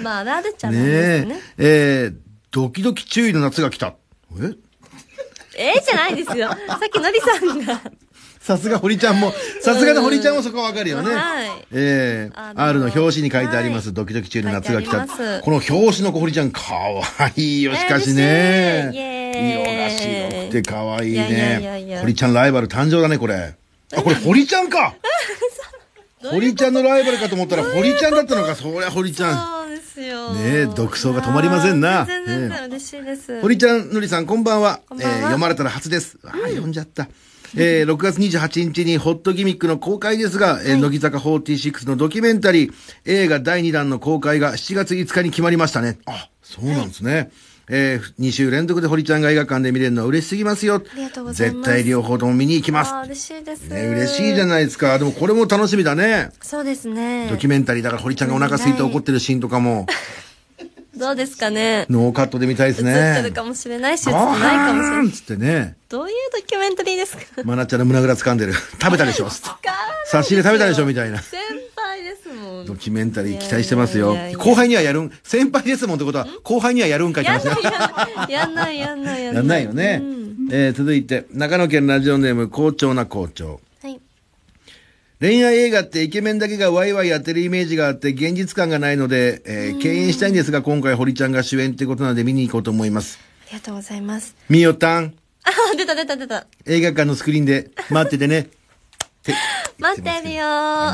[SPEAKER 2] まああるあるっちゃなんですね
[SPEAKER 1] え。えー、ドキドキ注意の夏が来た。え
[SPEAKER 2] ええじゃない ですよさっきのりさんが
[SPEAKER 1] さすが堀ちゃんも、さすがの堀ちゃんもそこはわかるよね。
[SPEAKER 2] はい
[SPEAKER 1] えー
[SPEAKER 2] あのー
[SPEAKER 1] R の表紙に書いてあります、
[SPEAKER 2] はい
[SPEAKER 1] ドキドキ中の夏が来た。
[SPEAKER 2] 書いてあります
[SPEAKER 1] この表紙の子堀ちゃん、かわいいよ、しかし
[SPEAKER 2] えー嬉しいイ
[SPEAKER 1] ね。
[SPEAKER 2] エ
[SPEAKER 1] 色が
[SPEAKER 2] ーイ
[SPEAKER 1] 白くてかわいい
[SPEAKER 2] いやいやいやい
[SPEAKER 1] ね
[SPEAKER 2] や。
[SPEAKER 1] 堀ちゃんライバル誕生だね、これ。あ、これ堀ちゃん か堀ちゃんのライバルかと思ったら、堀ちゃんだったのか、そりゃ堀ちゃん。
[SPEAKER 2] そうですよ
[SPEAKER 1] ねえ独走が止まりませんな
[SPEAKER 2] あー全然全然嬉しいです
[SPEAKER 1] 堀ちゃん、のりさん、こんばんは。
[SPEAKER 2] んばんは
[SPEAKER 1] えー読まれたら初です。あー、読んじゃった。えー、6月28日にホットギミックの公開ですが、えー乃木坂46のドキュメンタリー、映画第2弾の公開が7月5日に決まりましたね。あ、そうなんですね。えー、2週連続で堀ちゃんが映画館で見れるのは嬉しすぎますよ。
[SPEAKER 2] りがとうござい
[SPEAKER 1] 絶
[SPEAKER 2] ます
[SPEAKER 1] 対両方とも見に行きます。
[SPEAKER 2] あー嬉しいです
[SPEAKER 1] ね、嬉しいじゃ
[SPEAKER 2] ん
[SPEAKER 1] ないですか。でもこれも楽しみだね。
[SPEAKER 2] そうですね
[SPEAKER 1] ドキュメンタリーだから堀ちゃんがお腹空いて怒ってるシーンとかも、
[SPEAKER 2] どうですかね
[SPEAKER 1] ノーカットで見たいです
[SPEAKER 2] 映ってる
[SPEAKER 1] ね。
[SPEAKER 2] かもしれないし映って
[SPEAKER 1] ご
[SPEAKER 2] ないかもしれ
[SPEAKER 1] は
[SPEAKER 2] ない
[SPEAKER 1] んつってね。
[SPEAKER 2] どういうドキュメンタリーですか
[SPEAKER 1] マナちゃんの胸ぐら掴ん でる。食べたでしょ 差し入れ食べたでしょみたいな。
[SPEAKER 2] 先輩ですもん
[SPEAKER 1] ドキュメンタリー期待してますよ
[SPEAKER 2] いやいやい。や
[SPEAKER 1] 後輩にはやるん、先輩ですもんってことは、後輩にはやるんかいって
[SPEAKER 2] や
[SPEAKER 1] 話
[SPEAKER 2] ん
[SPEAKER 1] だ
[SPEAKER 2] ないやんないやんないやんない
[SPEAKER 1] やんないよね。えー続いて、長野県ラジオネーム、校長な校長。
[SPEAKER 2] はい
[SPEAKER 1] 恋愛映画ってイケメンだけがワイワイやってるイメージがあって現実感がないので、えー敬遠したいんですが今回堀ちゃんが主演ってことなので見に行こうと思います。
[SPEAKER 2] ありがとうございます
[SPEAKER 1] みよたん、
[SPEAKER 2] あ出た出た出た
[SPEAKER 1] 映画館のスクリーンで待っててね。って
[SPEAKER 2] 待ってるよー、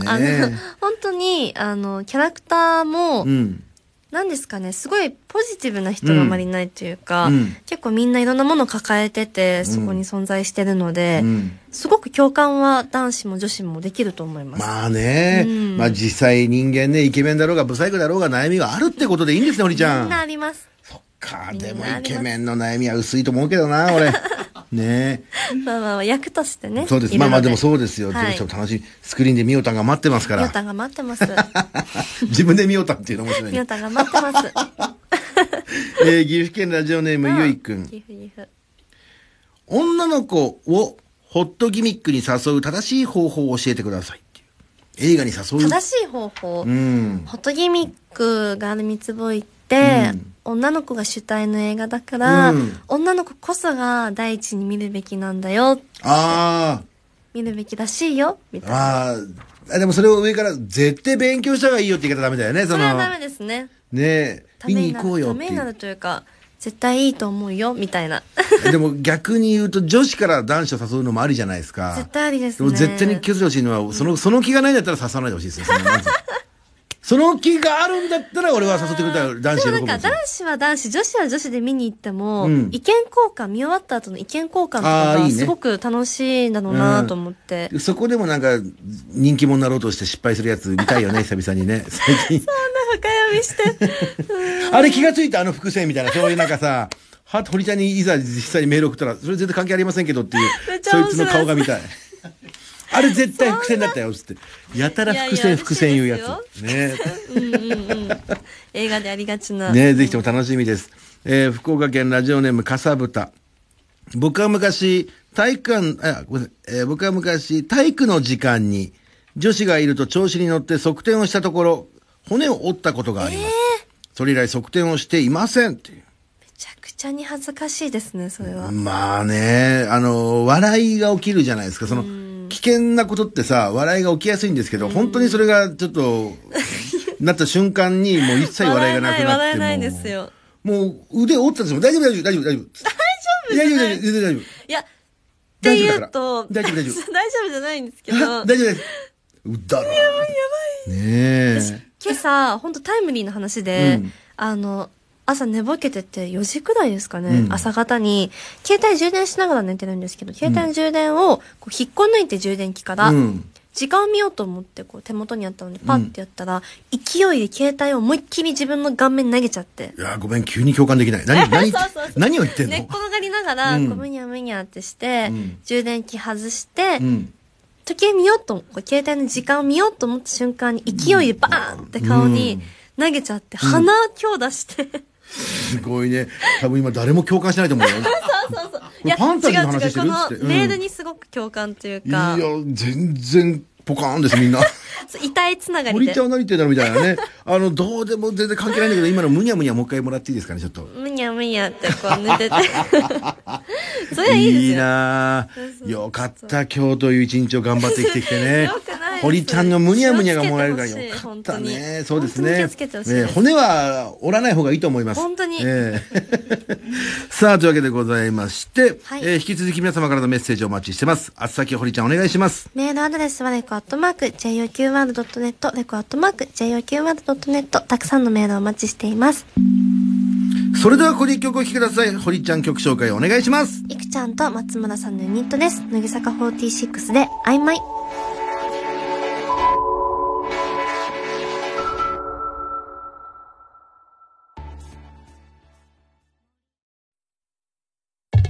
[SPEAKER 2] あ
[SPEAKER 1] ね
[SPEAKER 2] の、本当に、あの、キャラクターも、
[SPEAKER 1] うん。
[SPEAKER 2] なんですかね、すごいポジティブな人があまりいないというか、
[SPEAKER 1] うん
[SPEAKER 2] 結構みんないろんなものを抱えてて、そこに存在してるので、
[SPEAKER 1] うん
[SPEAKER 2] すごく共感は男子も女子もできると思います。
[SPEAKER 1] まあね、
[SPEAKER 2] うん
[SPEAKER 1] まあ実際人間ね、イケメンだろうが、ブサイクだろうが悩みがあるってことでいいんですね、堀ちゃ。
[SPEAKER 2] みんなんあります。
[SPEAKER 1] か、
[SPEAKER 2] みんな
[SPEAKER 1] で
[SPEAKER 2] あり
[SPEAKER 1] も
[SPEAKER 2] ます
[SPEAKER 1] イケメンの悩みは薄いと思うけどな、俺。ね
[SPEAKER 2] まあまあまあ、役としてね。
[SPEAKER 1] そうです。
[SPEAKER 2] いろ
[SPEAKER 1] まあ
[SPEAKER 2] いろ
[SPEAKER 1] まあでもそうですよ。
[SPEAKER 2] はい
[SPEAKER 1] ちょっと楽しい。スクリーンでミオタンが待ってますか
[SPEAKER 2] みお
[SPEAKER 1] ら。
[SPEAKER 2] たんが待ってます。
[SPEAKER 1] 自分でミオタンっていうの面白い
[SPEAKER 2] みお
[SPEAKER 1] ね。
[SPEAKER 2] たんが待って ます。
[SPEAKER 1] えー、岐阜県ラジオネーム、ゆいくん。
[SPEAKER 2] ギフギフ。
[SPEAKER 1] 女の子をホットギミックに誘う正しい方法を教えてくださいっていう。映画に誘う。
[SPEAKER 2] 正しい方法。
[SPEAKER 1] うん。
[SPEAKER 2] ホットギミックがある三つぼいって、女の子が主体の映画だから、
[SPEAKER 1] うん
[SPEAKER 2] 女の子こそが第一に見るべきなんだよ、
[SPEAKER 1] あ
[SPEAKER 2] 見るべきらしいよ、み
[SPEAKER 1] あ、
[SPEAKER 2] たいな。
[SPEAKER 1] あーあ、でもそれを上から絶対勉強した方がいいよって言い方ダメだよね、そ
[SPEAKER 2] それは
[SPEAKER 1] の。
[SPEAKER 2] ダメですね。
[SPEAKER 1] ねえ、
[SPEAKER 2] た
[SPEAKER 1] 見
[SPEAKER 2] めに
[SPEAKER 1] に
[SPEAKER 2] な
[SPEAKER 1] 行
[SPEAKER 2] る
[SPEAKER 1] こうよ
[SPEAKER 2] た
[SPEAKER 1] って
[SPEAKER 2] め
[SPEAKER 1] い
[SPEAKER 2] にな
[SPEAKER 1] う
[SPEAKER 2] る。というか、絶対いいと思うよ、みたいな。
[SPEAKER 1] でも逆に言うと女子から男子を誘うのもありじゃないですか。
[SPEAKER 2] 絶対ありです
[SPEAKER 1] で
[SPEAKER 2] ね。
[SPEAKER 1] も絶対に気をつけてほしいのは、その、その気がないんだったら誘わないでほしいですよ、そのまずその気があるんだったら俺は誘ってくれたら男子喜
[SPEAKER 2] で
[SPEAKER 1] ぶ
[SPEAKER 2] も
[SPEAKER 1] ん で
[SPEAKER 2] なん
[SPEAKER 1] す
[SPEAKER 2] か
[SPEAKER 1] よ。
[SPEAKER 2] 男子は男子、女子は女子で見に行っても、
[SPEAKER 1] うん
[SPEAKER 2] 意見交換、見終わった後の意見交換とか
[SPEAKER 1] あーいい
[SPEAKER 2] が
[SPEAKER 1] ね
[SPEAKER 2] すごく楽しいんだろうなと思って。
[SPEAKER 1] そこでもなんか、人気者になろうとして失敗するやつ見たいよね、久々にね。最近。
[SPEAKER 2] そんな深読みして。
[SPEAKER 1] あれ気がついたあの伏線みたいな、そういうなんかさ、 は、堀ちゃんにいざ実際にメール送ったら、それ全然関係ありませんけどっていう
[SPEAKER 2] めっ、ちゃ
[SPEAKER 1] そい
[SPEAKER 2] 面白い
[SPEAKER 1] つの顔が見たい。あれ絶対伏線だったよ、つって。やたら伏
[SPEAKER 2] いやい
[SPEAKER 1] 線、
[SPEAKER 2] や
[SPEAKER 1] 伏線言うや
[SPEAKER 2] 嬉
[SPEAKER 1] つ。ね
[SPEAKER 2] うんうんうん。映画でありがち な。
[SPEAKER 1] ねぜひとも楽しみです。えー福岡県ラジオネーム、かさぶた。僕は昔、体育館、あ、ごめんなさい、えー僕は昔、体育の時間に、女子がいると調子に乗って側転をしたところ、骨を折ったことがあります。それ以来側転をしていませんっていう。
[SPEAKER 2] めちゃくちゃに恥ずかしいですね、それは。
[SPEAKER 1] まあね、あの、笑いが起きるじゃないですか。その、危険なことってさ、笑いが起きやすいんですけど、本当にそれがちょっ と、なった瞬間に、もう一切笑いがなくなって。
[SPEAKER 2] 笑えない笑えな
[SPEAKER 1] も
[SPEAKER 2] い
[SPEAKER 1] う
[SPEAKER 2] ですよ。
[SPEAKER 1] もう腕折ったんですよ。大丈夫、大丈夫、大丈夫、大丈夫。大丈夫、大丈夫、大丈夫。
[SPEAKER 2] いや、って
[SPEAKER 1] 大丈夫
[SPEAKER 2] 言
[SPEAKER 1] だ
[SPEAKER 2] う
[SPEAKER 1] から
[SPEAKER 2] と、
[SPEAKER 1] 大丈夫大丈
[SPEAKER 2] 大丈夫じゃないんですけど、
[SPEAKER 1] 大丈夫です。うっだろ。やばい、やばい。ね
[SPEAKER 2] 今朝、本当タイムリーな話で、
[SPEAKER 1] うん
[SPEAKER 2] あの、朝寝ぼけてて4時くらいですかね、
[SPEAKER 1] うん
[SPEAKER 2] 朝方に、携帯充電しながら寝てるんですけど、携帯の充電をこう引っこ抜いて充電器か
[SPEAKER 1] え。
[SPEAKER 2] ら、
[SPEAKER 1] うん。
[SPEAKER 2] 時間を見ようと思ってこう手元にあったのでパッてやったら、勢いで携帯を思いっきり自分の顔面に投げちゃって。
[SPEAKER 1] いや、ごめん、急に共感できない。何、何
[SPEAKER 2] そうそうそう、
[SPEAKER 1] 何を言ってん
[SPEAKER 2] 寝っ
[SPEAKER 1] の
[SPEAKER 2] 転がりながら、
[SPEAKER 1] うん
[SPEAKER 2] こうむにゃむにゃってして、
[SPEAKER 1] うん
[SPEAKER 2] 充電器外して、
[SPEAKER 1] うん。
[SPEAKER 2] 時計見ようと、こう携帯の時間を見ようと思った瞬間に勢いでバーンって顔に投げちゃって、鼻強打 して。
[SPEAKER 1] すごいね。多分今誰も共感しないと思う よ。
[SPEAKER 2] いや、
[SPEAKER 1] ファンタジーの
[SPEAKER 2] 違う
[SPEAKER 1] 話
[SPEAKER 2] 違う、
[SPEAKER 1] して
[SPEAKER 2] こ
[SPEAKER 1] る
[SPEAKER 2] の
[SPEAKER 1] つってうん
[SPEAKER 2] メールにすごく共感という
[SPEAKER 1] いや
[SPEAKER 2] か、、
[SPEAKER 1] 全然、ポカーンです、みんな。
[SPEAKER 2] そう痛いつながり
[SPEAKER 1] 堀
[SPEAKER 2] で
[SPEAKER 1] ちゃ。んは何言ってんだろうみたいなね。あの、どうでも全然関係ないんだけど、今のむにゃむにゃもう一回もらっていいですかね、ちょっと。
[SPEAKER 2] むにゃむにゃってこう 寝てて。それ はいいですよ。
[SPEAKER 1] いいなあよかった、今日という一日を頑張って生きてきてね
[SPEAKER 2] よくないです。
[SPEAKER 1] 堀ちゃんのむにゃむにゃがもらえるから
[SPEAKER 2] 気をつけて
[SPEAKER 1] よ
[SPEAKER 2] ほ
[SPEAKER 1] か
[SPEAKER 2] しい
[SPEAKER 1] った
[SPEAKER 2] 本当
[SPEAKER 1] ね。
[SPEAKER 2] に
[SPEAKER 1] そうです
[SPEAKER 2] 本
[SPEAKER 1] ね
[SPEAKER 2] 当に気をつけてほ。しい
[SPEAKER 1] ね
[SPEAKER 2] です
[SPEAKER 1] 骨は折らない方がいいと思います。
[SPEAKER 2] 本当に
[SPEAKER 1] ええ さあ、というわけでございまして、
[SPEAKER 2] はい
[SPEAKER 1] えー引き続き皆様からのメッセージをお待ちしてます。あつさき堀ちゃんお願いします。
[SPEAKER 2] メールアドレスはレコアットマーク、JOQR.net、レコアットマーク、JOQR.net、たくさんのメールをお待ちしています。
[SPEAKER 1] それではここで一曲お聴きください。堀ちゃん曲紹介お願いします。
[SPEAKER 2] いくちゃんと松村さんのユニットです。乃木坂46で、曖昧。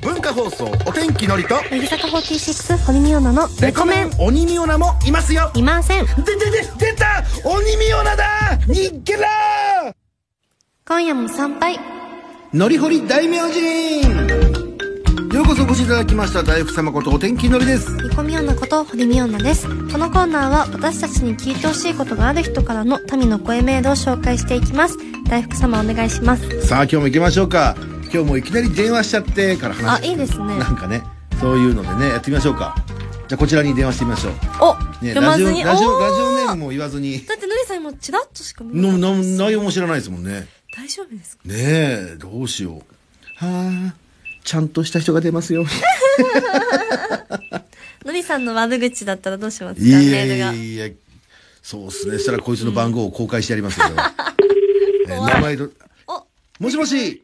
[SPEAKER 1] 文化放送、お天気のりと、
[SPEAKER 2] 乃木坂46、堀美央奈の、レコメン、
[SPEAKER 1] 鬼ミオナもいますよ。
[SPEAKER 2] いません。
[SPEAKER 1] で、で、で、出た鬼ミオナだにっけらー
[SPEAKER 2] 今夜も参拝。
[SPEAKER 1] のりほり大名人ようこそお越しいただきました大福様ことお天気のりです
[SPEAKER 2] ニコミオンナこと堀美音奈です。このコーナーは私たちに聞いてほしいことがある人からの民の声メールを紹介していきます。大福様お願いします。
[SPEAKER 1] さあ今日も行きましょうか今日もいきなり電話しちゃってから話
[SPEAKER 2] あいいですね
[SPEAKER 1] なんかねそういうのでねやってみましょうかじゃあこちらに電話してみましょう
[SPEAKER 2] お、
[SPEAKER 1] ね
[SPEAKER 2] 読まずに。
[SPEAKER 1] ラジオラジオ
[SPEAKER 2] おー
[SPEAKER 1] ラジオネームも言わずに
[SPEAKER 2] だってのりさん今チラッとしか見
[SPEAKER 1] の
[SPEAKER 2] えない。
[SPEAKER 1] の内容も知らないですもんね
[SPEAKER 2] 大丈夫ですか
[SPEAKER 1] ねえどうしようはあちゃんとした人が出ますよ
[SPEAKER 2] ののりさんの悪口だったらどうしますか
[SPEAKER 1] いや
[SPEAKER 2] メール
[SPEAKER 1] いや
[SPEAKER 2] が。
[SPEAKER 1] いや、そうっすね。そしたらこいつの番号を公開してやりますけど。 えー名前と、
[SPEAKER 2] お、
[SPEAKER 1] もしもし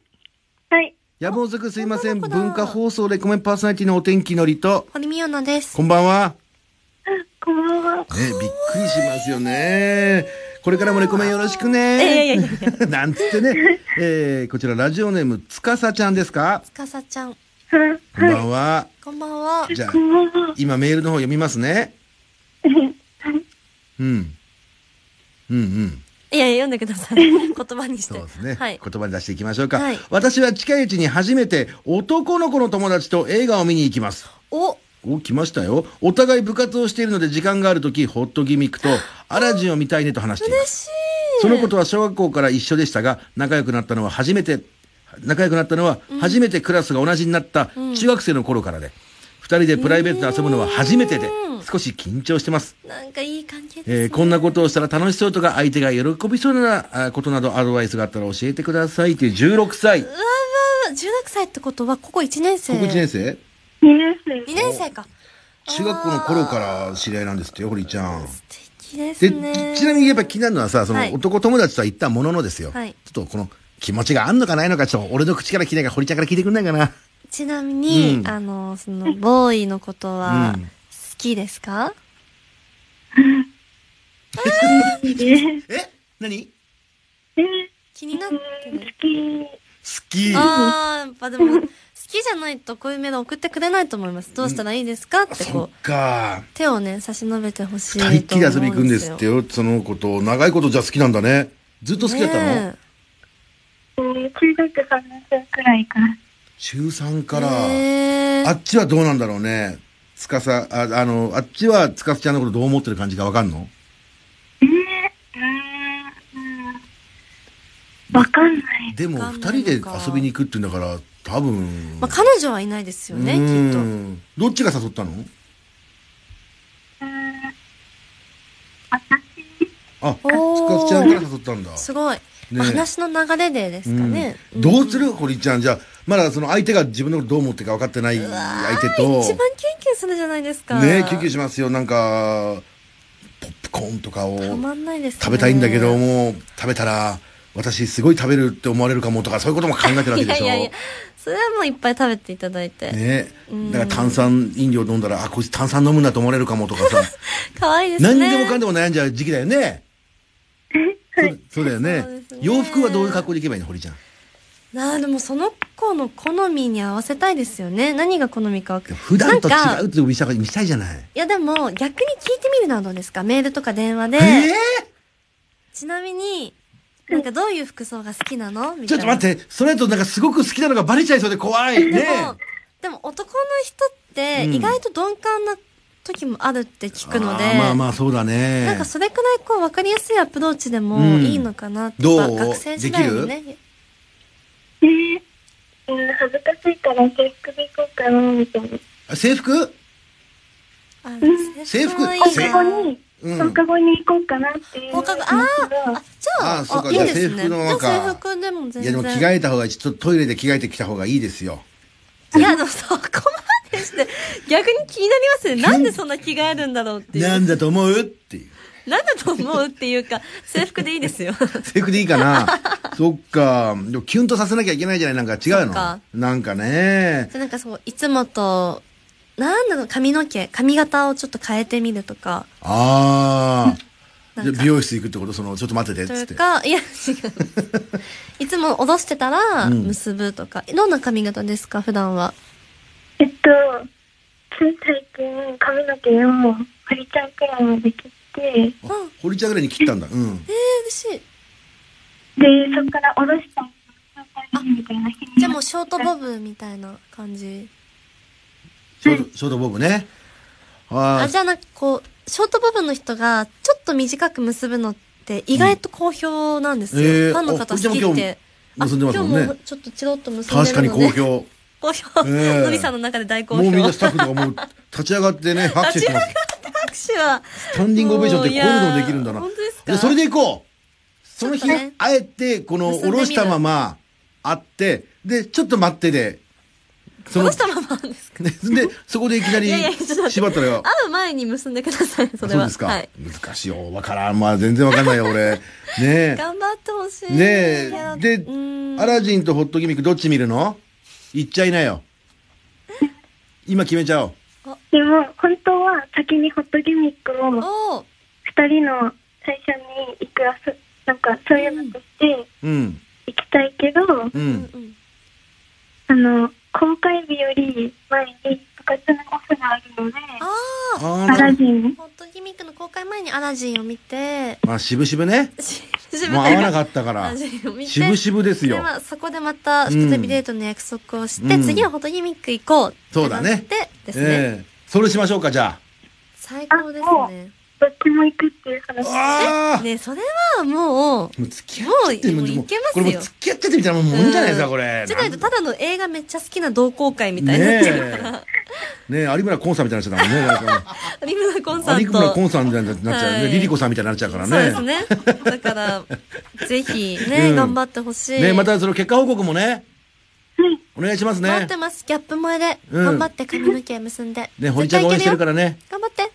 [SPEAKER 6] はい。
[SPEAKER 1] 山本くすいません。
[SPEAKER 2] 男の子だ
[SPEAKER 1] 文化放送レコメンパーソナリティのお天気のりと、
[SPEAKER 2] 堀美央奈です。
[SPEAKER 1] こんばんは。
[SPEAKER 6] こんばんは。
[SPEAKER 1] ね、びっくりしますよね。これからもレコメンよろしくね。
[SPEAKER 2] いやいやいやい
[SPEAKER 1] なんつってね。えー、こちらラジオネーム、つかさちゃんですか
[SPEAKER 2] つかさちゃん、
[SPEAKER 6] は
[SPEAKER 1] こんばんは。
[SPEAKER 2] こんばんは。
[SPEAKER 1] じゃあ
[SPEAKER 6] こ、んばんは。
[SPEAKER 1] 今メールの方読みます ね。うん。うんうん。
[SPEAKER 2] いやいや、読んでくだ さい。言葉にして。
[SPEAKER 1] そうですね。
[SPEAKER 2] はい。
[SPEAKER 1] 言葉に出していきましょうか。
[SPEAKER 2] はい
[SPEAKER 1] 私は近いうちに初めて男の子の友達と映画を見に行きます。
[SPEAKER 2] お、
[SPEAKER 1] お、来ましたよ。お互い部活をしているので時間があるとき、ホットギミックとアラジンを見たいねと話しています。
[SPEAKER 2] 嬉しい。
[SPEAKER 1] その子とは小学校から一緒でしたが、仲良くなったのは初めて、仲良くなったのは初めてクラスが同じになった中学生の頃からで、二、人でプライベートで遊ぶのは初めてで、少し緊張してます。
[SPEAKER 2] なんかいい関係です、ね
[SPEAKER 1] えーこんなことをしたら楽しそうとか、相手が喜びそうなあことなどアドバイスがあったら教えてくださいという16歳。
[SPEAKER 2] うわうわうわ、16歳ってことは、ここ1年生。
[SPEAKER 1] 高校1年生
[SPEAKER 6] 2年生。
[SPEAKER 2] 2年生か。
[SPEAKER 1] 中学校の頃から知り合いなんですってよ、堀ちゃん。
[SPEAKER 2] 素敵です
[SPEAKER 1] で、
[SPEAKER 2] ね。
[SPEAKER 1] ちちなみにやっぱ気になるのはさ、そ
[SPEAKER 2] は
[SPEAKER 1] の
[SPEAKER 2] い
[SPEAKER 1] 男友達とは言ったもののですよ。
[SPEAKER 2] はい
[SPEAKER 1] ちょっとこの気持ちがあんのかないのか、ちょっと俺の口から聞いないから、堀ちゃんから聞いてくんないかな。
[SPEAKER 2] ちなみに、
[SPEAKER 1] うん
[SPEAKER 2] あの、その、ボーイのことは、
[SPEAKER 1] うん
[SPEAKER 2] 好きですか、
[SPEAKER 1] え何好
[SPEAKER 6] えー、
[SPEAKER 2] 気になって
[SPEAKER 6] 好
[SPEAKER 2] る。
[SPEAKER 6] き。
[SPEAKER 1] き。
[SPEAKER 2] ああ、やっぱでも、好きじゃないとこういうメール送ってくれないと思います。どうしたらいいですかって
[SPEAKER 1] そ
[SPEAKER 2] こ
[SPEAKER 1] っか。
[SPEAKER 2] う、手をね、差し伸べてほしいと
[SPEAKER 1] 二
[SPEAKER 2] 思うん
[SPEAKER 1] 人っ
[SPEAKER 2] です
[SPEAKER 1] き
[SPEAKER 2] よ。
[SPEAKER 1] り遊び行くんですってよ、その子と。長いことじゃあ好きなんだね。ずっと好きだったの、
[SPEAKER 2] ね
[SPEAKER 6] えー中学3年生くらいから。
[SPEAKER 1] 中3
[SPEAKER 2] え
[SPEAKER 1] から、
[SPEAKER 2] へー
[SPEAKER 1] あっちはどうなんだろうね。つかさ、ああの、あっちはつかさちゃんのことどう思ってる感じがわかんの
[SPEAKER 6] えー、うーん。うんわかんない。
[SPEAKER 1] でも、
[SPEAKER 2] わか
[SPEAKER 1] 二
[SPEAKER 2] んないのか
[SPEAKER 1] 人で遊びに行くって言うんだから、多分。
[SPEAKER 2] まあ、彼女はいないですよね、
[SPEAKER 1] う
[SPEAKER 2] きっと。
[SPEAKER 1] んどっちが誘ったの
[SPEAKER 6] うーん。
[SPEAKER 1] あ、つか
[SPEAKER 2] おー
[SPEAKER 1] さちゃんから誘ったんだ。
[SPEAKER 2] すごい。
[SPEAKER 1] ね
[SPEAKER 2] 話の流れでですかね。
[SPEAKER 1] うんどうする堀ちゃん。じゃあ、まだその相手が自分のことどう思ってるか分かってない相手と。
[SPEAKER 2] 一番キュンキュンするじゃないですか。
[SPEAKER 1] ねえ、救急しますよ。なんか、ポップコーンとかを
[SPEAKER 2] たまんないですね。
[SPEAKER 1] 食べたいんだけど、もう食べたら、私すごい食べるって思われるかもとか、そういうことも考えてるわけ
[SPEAKER 2] い
[SPEAKER 1] で
[SPEAKER 2] や
[SPEAKER 1] し
[SPEAKER 2] い
[SPEAKER 1] ょ。
[SPEAKER 2] やいや、それはもういっぱい食べていただいて。
[SPEAKER 1] ねえ。だから炭酸飲料飲んだら、あ、こいつ炭酸飲むなと思われるかもとかさ、
[SPEAKER 2] 可愛いですね。
[SPEAKER 1] 何でもかんでも悩んじゃう時期だよね。そうそうだよね
[SPEAKER 2] そうですね
[SPEAKER 1] 洋服はどういう格好でいけばいいの堀ちゃん。
[SPEAKER 2] なあ、でもその子の好みに合わせたいですよね。何が好みかわか
[SPEAKER 1] 普段と違
[SPEAKER 2] なんか
[SPEAKER 1] うって見せたい見せたいじゃない。
[SPEAKER 2] いやでも、逆に聞いてみるのはどうですかメールとか電話で。
[SPEAKER 1] ええ
[SPEAKER 2] ちなみに、なんかどういう服装が好きなのみ
[SPEAKER 1] ち
[SPEAKER 2] た
[SPEAKER 1] ょ
[SPEAKER 2] い
[SPEAKER 1] っ
[SPEAKER 2] な。
[SPEAKER 1] と待って、それだとなんかすごく好きなのがバレちゃいそうで怖 い。ね
[SPEAKER 2] でも、でも男の人って
[SPEAKER 1] うん
[SPEAKER 2] 意外と鈍感な時もあるって聞くので、
[SPEAKER 1] あーまあまあそうだね。
[SPEAKER 2] なんかそれくらいこう分かりやすいアプローチでも
[SPEAKER 1] うん
[SPEAKER 2] いいのかなって、
[SPEAKER 1] どう
[SPEAKER 2] まあ学生時代にね。
[SPEAKER 6] えー、うん、恥ずかしいから制服で行こうかな、みたいな。
[SPEAKER 1] あ制服
[SPEAKER 2] あの
[SPEAKER 1] 制服
[SPEAKER 2] はいい
[SPEAKER 6] 放
[SPEAKER 2] な
[SPEAKER 1] 制
[SPEAKER 6] 課後に、
[SPEAKER 1] うん
[SPEAKER 6] 放課後に行こうかなっていう。
[SPEAKER 2] 放課後あーあ、じゃあ、
[SPEAKER 1] あーそうか
[SPEAKER 2] あいいです
[SPEAKER 1] じゃあ
[SPEAKER 2] ね。
[SPEAKER 1] 制服の中
[SPEAKER 2] じゃあ制服でも全然。
[SPEAKER 1] いやでも着替えた方がいい。ちょっとトイレで着替えてきた方がいいですよ。
[SPEAKER 2] いや、でもそこまでして、逆に気になりますね。なんでそんな着替えるんだろうっていう。
[SPEAKER 1] なんだと思うっていう。
[SPEAKER 2] なんだと思うっていうか、制服でいいで すよ。
[SPEAKER 1] 制服でいいか なそっか。でもキュンとさせなきゃいけないじゃないなんか違う
[SPEAKER 2] そっか
[SPEAKER 1] の。なんかね。
[SPEAKER 2] でなんかそう、いつもと、なんだろう、髪の毛、髪型をちょっと変えてみるとか、
[SPEAKER 1] ああ。
[SPEAKER 2] なん
[SPEAKER 1] で
[SPEAKER 2] か
[SPEAKER 1] 美容室行くってことその、ちょっと待ってて
[SPEAKER 2] と
[SPEAKER 1] っつ
[SPEAKER 2] い
[SPEAKER 1] って
[SPEAKER 2] う。か、 いや、違う。いつも下ろしてたら、
[SPEAKER 1] ん
[SPEAKER 2] 結ぶとか、どんな髪型ですか、普段は。
[SPEAKER 6] えっと、つい最近髪の毛を堀ちゃんくらいまで切って、
[SPEAKER 1] あ堀ちゃんぐらいに切ったんだ。うん。
[SPEAKER 2] えー、嬉し
[SPEAKER 6] で、そこから下ろした状態みたいな日
[SPEAKER 2] い。
[SPEAKER 6] に
[SPEAKER 2] じゃあもうショートボブみたいな感じ。
[SPEAKER 1] ショート、ショートボブね。あ
[SPEAKER 2] あ、
[SPEAKER 1] あ
[SPEAKER 2] じ。ゃあなんかこう、ショートボブの人が、ちょっと短く結ぶのって、意外と好評なんですよ。
[SPEAKER 1] うんえー
[SPEAKER 2] ファンの方
[SPEAKER 1] あ
[SPEAKER 2] 好き
[SPEAKER 1] うちも
[SPEAKER 2] っ
[SPEAKER 1] 今
[SPEAKER 2] て。
[SPEAKER 1] 日結んでますもんね
[SPEAKER 2] あ今日もちょっとチロッと結んで
[SPEAKER 1] 確か
[SPEAKER 2] るので。
[SPEAKER 1] に好。評。
[SPEAKER 2] 好評。
[SPEAKER 1] ええ
[SPEAKER 2] のりさんの中で大好
[SPEAKER 1] も
[SPEAKER 2] 評。
[SPEAKER 1] うみんなスタッフとかもう立ち上がってね、拍手してます。
[SPEAKER 2] 拍手は。
[SPEAKER 1] スタンディングオベーションってこういうのもできるんだな。
[SPEAKER 2] もういやー本当です
[SPEAKER 1] い
[SPEAKER 2] か
[SPEAKER 1] やそれで行こうその日、
[SPEAKER 2] ちょっとね
[SPEAKER 1] あえて、この、
[SPEAKER 2] 結
[SPEAKER 1] 下
[SPEAKER 2] んでみる
[SPEAKER 1] ろしたまま、会って、で、ちょっと待ってで、その
[SPEAKER 2] 戻したままなんですか
[SPEAKER 1] ね で、そこでいきなり
[SPEAKER 2] いやいやちょっと待って
[SPEAKER 1] 縛ったらよ。
[SPEAKER 2] 会う前に結んでください、そ
[SPEAKER 1] そう
[SPEAKER 2] れは。
[SPEAKER 1] ですか、
[SPEAKER 2] はい。
[SPEAKER 1] 難しいよ。わからん。まあ全然わかんないよ、俺。ね
[SPEAKER 2] 頑張ってほしい。
[SPEAKER 1] え。ね
[SPEAKER 2] いや
[SPEAKER 1] え。で
[SPEAKER 2] うー、ん
[SPEAKER 1] アラジンとホットギミックどっち見るの言っちゃいなよ。今決めちゃおう。
[SPEAKER 6] でも、本当は先にホットギミックを
[SPEAKER 2] おー
[SPEAKER 6] 二人の最初に行くあそ、なんかそういうのとして
[SPEAKER 1] うん。
[SPEAKER 6] 行きたいけど、
[SPEAKER 1] う。
[SPEAKER 2] うんん
[SPEAKER 6] あの、公開日より前に部活のオフがあるので、
[SPEAKER 2] あ
[SPEAKER 1] あ
[SPEAKER 2] あ、
[SPEAKER 1] ー
[SPEAKER 6] アラジン、
[SPEAKER 2] ホットギミックの公開前にアラジンを見て、
[SPEAKER 1] まあ、渋々ね。
[SPEAKER 2] し渋
[SPEAKER 1] もう
[SPEAKER 2] 々
[SPEAKER 1] 合わなかったか
[SPEAKER 2] ア
[SPEAKER 1] ら
[SPEAKER 2] ラ。ジンを見て。
[SPEAKER 1] 渋々ですよ
[SPEAKER 2] で、。まあ、そこでまた、再びデートの約束をして、
[SPEAKER 1] うん
[SPEAKER 2] 次はフォトギミック行こうって
[SPEAKER 1] そうだね
[SPEAKER 2] なってですね。
[SPEAKER 1] ええそれしましょうか、じゃ
[SPEAKER 2] 最高ですね。
[SPEAKER 6] どっちも行くっていう話
[SPEAKER 1] あ。。ああ
[SPEAKER 2] ね、それはもう、
[SPEAKER 1] もう付き合っちゃって
[SPEAKER 2] もう
[SPEAKER 1] もう
[SPEAKER 2] もういけますよ
[SPEAKER 1] これもう付き合っちゃってみたいなもんもんじゃないですか、これ。
[SPEAKER 2] じゃないと、ただの映画めっちゃ好きな同好会みたいになっちゃうから
[SPEAKER 1] ね。え。ねえ、有村コンさんみたいになっちゃったもん ねなんか
[SPEAKER 2] リムナコンさ
[SPEAKER 1] ね。
[SPEAKER 2] ん
[SPEAKER 1] 有
[SPEAKER 2] と。
[SPEAKER 1] 村コンさんみたいになっちゃうよ
[SPEAKER 2] は
[SPEAKER 1] ね。
[SPEAKER 2] い
[SPEAKER 1] リリコさんみたいになっちゃうからね。
[SPEAKER 2] そうですね。だから、ぜひね、
[SPEAKER 1] うん
[SPEAKER 2] 頑張ってほしい。
[SPEAKER 1] ねまたその結果報告もね。お願いします
[SPEAKER 2] 待
[SPEAKER 1] ね
[SPEAKER 2] って。ます。ギャップ前で。
[SPEAKER 1] うん
[SPEAKER 2] 頑張って髪の毛結んで。
[SPEAKER 1] ね、堀ちゃんが応援してるからね。
[SPEAKER 2] 頑張って。
[SPEAKER 6] うん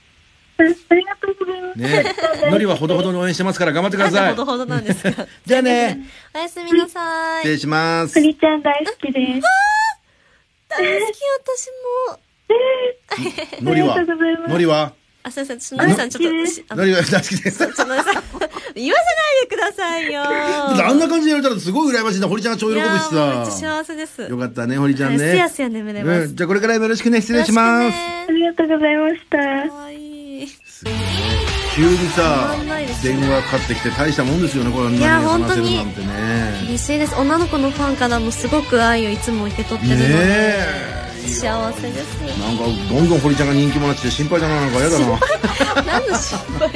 [SPEAKER 6] ありがとうございます。
[SPEAKER 1] ね、のりはほどほどに応援してますから頑張ってく
[SPEAKER 2] な
[SPEAKER 1] だ
[SPEAKER 2] んで
[SPEAKER 1] さ
[SPEAKER 2] ほ
[SPEAKER 1] い。
[SPEAKER 2] どほどなんで すか。
[SPEAKER 1] じゃあね、
[SPEAKER 2] おやすみなさ
[SPEAKER 1] 失
[SPEAKER 2] い。大好
[SPEAKER 1] 礼します。
[SPEAKER 6] 堀ちゃん大好きです。
[SPEAKER 2] き、私も。
[SPEAKER 1] のりは
[SPEAKER 6] ありがとうございます
[SPEAKER 1] のりは
[SPEAKER 2] あ、すいません。ちょっと、のりさん、ちょっとし、あ
[SPEAKER 1] のりは大好きです。
[SPEAKER 2] ちょっとのりさん、 言わせないでくださいよ。
[SPEAKER 1] あんな感じでやれたらすごい羨ましいな。堀ちゃんが超喜ぶ
[SPEAKER 2] いや
[SPEAKER 1] し
[SPEAKER 2] ーもうめっちゃ
[SPEAKER 1] さ。
[SPEAKER 2] 幸せです。
[SPEAKER 1] よかったね、堀ちゃん
[SPEAKER 2] はい
[SPEAKER 1] ね。
[SPEAKER 2] すやすや眠れます
[SPEAKER 1] うんじゃあこれからもよろしくね、失礼します。
[SPEAKER 6] ありがとうございました。
[SPEAKER 2] 可愛い。
[SPEAKER 1] 急にさ
[SPEAKER 2] たまんないで、すね
[SPEAKER 1] 電話かかってきて大したもんですよね、これあんなに
[SPEAKER 2] いや
[SPEAKER 1] 話せるな
[SPEAKER 2] 本
[SPEAKER 1] んてね。
[SPEAKER 2] 嬉しいです。女の子のファンからもすごく愛をいつも受け取ってる
[SPEAKER 1] ね
[SPEAKER 2] ので、
[SPEAKER 1] え。
[SPEAKER 2] 幸せです。
[SPEAKER 1] なんかどんどん堀ちゃんが人気者になって心配だななんかやだななんか
[SPEAKER 2] 何の心配。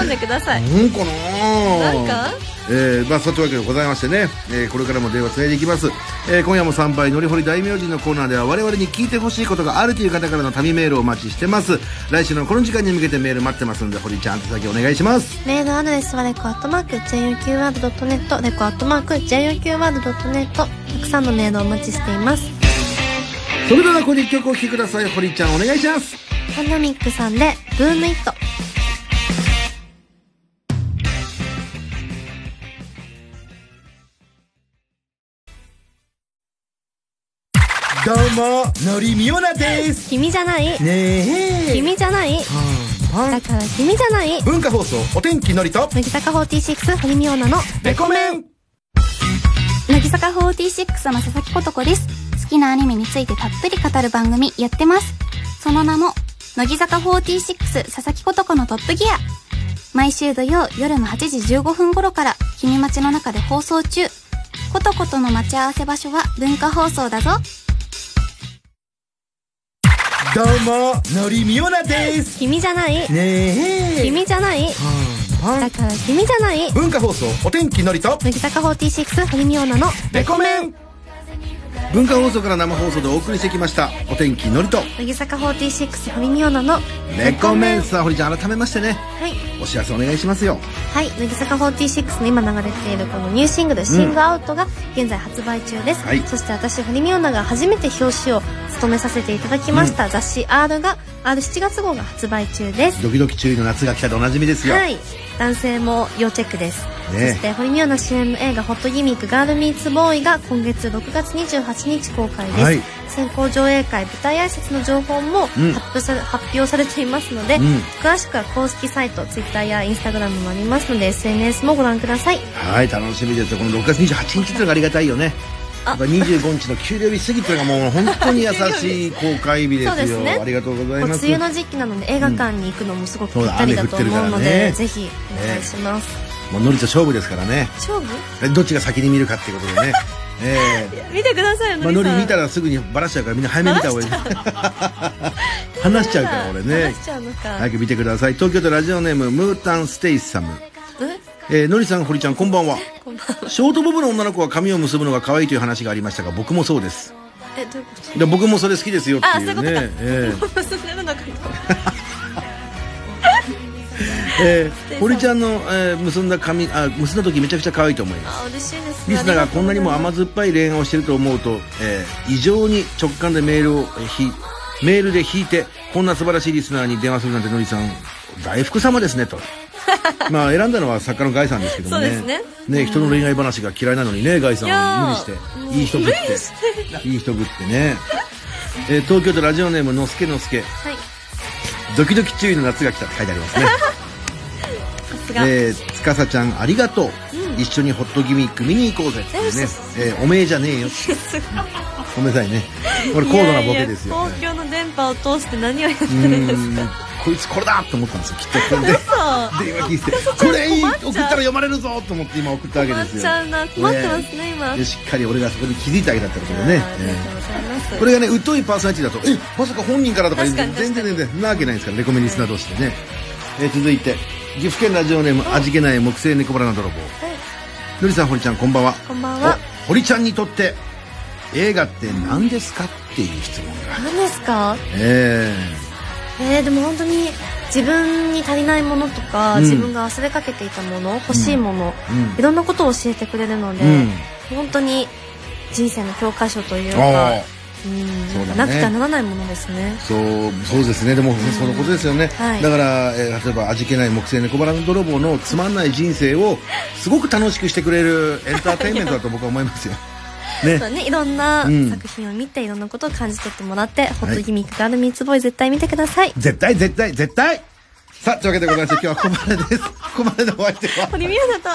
[SPEAKER 2] 喜んでください。
[SPEAKER 1] な
[SPEAKER 2] なんか
[SPEAKER 1] えー、まあそういうわけでございましてね、えーこれからも電話つないでいきます、えー今夜も参拝のりほり大名人のコーナーでは我々に聞いてほしいことがあるという方からの旅メールをお待ちしてます来週のこの時間に向けてメール待ってますんで堀ちゃん宛先お願いします
[SPEAKER 2] メールアドレスはレコアットマーク JOQR.net レコアットマーク JOQR.net たくさんのメールをお待ちしています
[SPEAKER 1] それではここで一曲お聴きください堀ちゃんお願いします
[SPEAKER 2] パンダミックさんでブームイット
[SPEAKER 1] どうものりみおなです
[SPEAKER 2] 君じゃない
[SPEAKER 1] ねえ
[SPEAKER 2] 君じゃない
[SPEAKER 1] パンパ
[SPEAKER 2] だ
[SPEAKER 1] ン
[SPEAKER 2] から君じゃない
[SPEAKER 1] 文化放送お天気のりと
[SPEAKER 2] 乃木坂46堀美央奈の
[SPEAKER 1] レコメン
[SPEAKER 5] 乃木坂46の佐々木琴子です。好きなアニメについてたっぷり語る番組やってます。その名も、乃木坂46佐々木琴子のトップギア。毎週土曜夜の8時15分頃から、君町の中で放送中。ことことの待ち合わせ場所は文化放送だぞ。
[SPEAKER 1] どうものりみおなです
[SPEAKER 2] 君じゃない
[SPEAKER 1] ねえ
[SPEAKER 2] 君じゃない
[SPEAKER 1] パンパ
[SPEAKER 2] だ
[SPEAKER 1] ン
[SPEAKER 2] から君じゃない
[SPEAKER 1] 文化放送お天気のりと
[SPEAKER 2] 乃木坂46堀美央奈の
[SPEAKER 1] レコメン文化放送から生放送でお送りしてきましたお天気のりと
[SPEAKER 2] 乃木坂46堀美央奈の
[SPEAKER 1] レコメンさあ堀ちゃん改めましてね
[SPEAKER 2] はい
[SPEAKER 1] お知らせお願いしますよ
[SPEAKER 2] はい、乃木坂46の今流れているこのニューシングル、シングアウトが現在発売中です。
[SPEAKER 1] はい
[SPEAKER 2] そして私、堀美央奈が初めて表紙を務めさせていただきました、雑誌 R が、R7 月号が発売中です。
[SPEAKER 1] ドキドキ注意の夏が来たでおなじみですよ、
[SPEAKER 2] はい、男性も要チェックです。
[SPEAKER 1] ねえ
[SPEAKER 2] そして堀美央奈主演の映画「ホットギミックガールミーツボーイ」が今月6月28日公開です、
[SPEAKER 1] はい
[SPEAKER 2] 先行上映会舞台挨拶の情報も
[SPEAKER 1] うん
[SPEAKER 2] 発表され,、発表されていますので、
[SPEAKER 1] うん
[SPEAKER 2] 詳しくは公式サイト Twitter や Instagram もありますので SNS もご覧ください
[SPEAKER 1] はい楽しみですよこの6月28日っていうのがありがたいよねやっぱ25日の給料日過ぎっていうのがもう本当に優しい公開日ですよ
[SPEAKER 2] そうですね
[SPEAKER 1] ありがとうござい
[SPEAKER 2] もう
[SPEAKER 1] ます
[SPEAKER 2] 梅雨の時期なので映画館に行くのもすごく
[SPEAKER 1] うん
[SPEAKER 2] ぴったりだと思う
[SPEAKER 1] そ
[SPEAKER 2] の
[SPEAKER 1] うだ雨降ってるか
[SPEAKER 2] で、
[SPEAKER 1] らね
[SPEAKER 2] ぜひお願いします、
[SPEAKER 1] もうのりと勝負ですからね
[SPEAKER 2] 勝負
[SPEAKER 1] どっちが先に見るかっていうこと でねええ
[SPEAKER 2] 見てください
[SPEAKER 1] ま
[SPEAKER 2] の
[SPEAKER 1] あ、
[SPEAKER 2] り
[SPEAKER 1] ノリ
[SPEAKER 2] さん、
[SPEAKER 1] 見たらすぐにバラしちゃうからみんな早めに見た方がいい 話しちゃうから俺ね
[SPEAKER 2] 話しちゃうのか、
[SPEAKER 1] 早く見てください東京都ラジオネームムータンステイサム
[SPEAKER 2] え
[SPEAKER 1] えー、のりさん堀ちゃんこんばんは
[SPEAKER 2] こんばんは
[SPEAKER 1] ショートボブの女の子は髪を結ぶのが可愛いという話がありましたが僕もそうです
[SPEAKER 2] えどういうこと
[SPEAKER 1] で僕もそれ好きですよって
[SPEAKER 2] あ
[SPEAKER 1] い
[SPEAKER 2] そういう
[SPEAKER 1] う
[SPEAKER 2] ことか
[SPEAKER 1] ねえ
[SPEAKER 2] 結んでるのかと
[SPEAKER 1] えー、堀ちゃんの、えー結んだ髪あ結んだ時めちゃくちゃ可愛いと思います
[SPEAKER 2] あ嬉しいです
[SPEAKER 1] リスナーがこんなにも甘酸っぱい恋愛をしてると思うと、えー異常に直感でメールを、えーひメールで引いて、こんな素晴らしいリスナーに電話するなんてのりさん、大福様ですね、 と。まあ選んだのは作家のガイさんですけどもね。
[SPEAKER 2] そうです
[SPEAKER 1] ね人の恋愛話が嫌いなのにね、ガイさんは無
[SPEAKER 2] いや
[SPEAKER 1] 理して。
[SPEAKER 2] ー
[SPEAKER 1] いい人ぶって。いい人ぶってね。えー東京都ラジオネームのすけのすけ。
[SPEAKER 2] はい
[SPEAKER 1] ドキドキ注意の夏が来たって書いてありますね。
[SPEAKER 2] さすが、
[SPEAKER 1] えー、つかさちゃんありがとう、一緒にホットギミック見に行こうぜっていうね、えーおめえじゃね えよごめんなさいねこれ高度なボケですよ
[SPEAKER 2] いやいや公共の電波を通して何をやってるんです
[SPEAKER 1] うーんこいつこれだと思ったんですよきっと これで
[SPEAKER 2] か
[SPEAKER 1] 電話聞いてこれいい送ったら読まれるぞと思って今送ったわけ
[SPEAKER 2] 困
[SPEAKER 1] で
[SPEAKER 2] っ
[SPEAKER 1] すよ
[SPEAKER 2] ちゃうな困ってますね今
[SPEAKER 1] でしっかり俺がそこに気づいてあげたってことでね
[SPEAKER 2] あーありがとうございます、
[SPEAKER 1] これがね疎いパーソナリティだと「えまさか本人から」とか言う
[SPEAKER 2] 確かに
[SPEAKER 1] 全然全然なわけないですからレコメンリスナー同士でね、えー続いて岐阜県ラジオネーム味気ない木製猫バナナ泥棒のりさん堀ちゃんこんばんは
[SPEAKER 2] こんばんは
[SPEAKER 1] お堀ちゃんにとって映画って何ですかっていう質問が
[SPEAKER 2] 何ですか
[SPEAKER 1] え
[SPEAKER 2] えー、でも本当に自分に足りないものとか、
[SPEAKER 1] うん
[SPEAKER 2] 自分が忘れかけていたもの欲しいもの、
[SPEAKER 1] えうん
[SPEAKER 2] いろんなことを教えてくれるので、
[SPEAKER 1] うん
[SPEAKER 2] 本当に人生の教科書というか
[SPEAKER 1] ああ
[SPEAKER 2] うん
[SPEAKER 1] そうだね
[SPEAKER 2] なくてはならないものですね
[SPEAKER 1] そうそうですねでも、そのことですよね、
[SPEAKER 2] はい
[SPEAKER 1] だから、えー例えば味気ない木製猫バラの泥棒のつまんない人生をすごく楽しくしてくれるエンターテインメントだと僕は思いますよね
[SPEAKER 2] そうねいろんな
[SPEAKER 1] うん
[SPEAKER 2] 作品を見て、いろんなことを感じてってもらって、ホットギミックガールミーツボーイ絶対見てください
[SPEAKER 1] 絶対絶対絶対さあというわけでございまして 今日はここまでですここまでのお相手は
[SPEAKER 2] 堀宮だと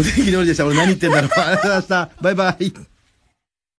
[SPEAKER 1] お天気のりでした俺何言ってんだろうありがとうございましたバイバイ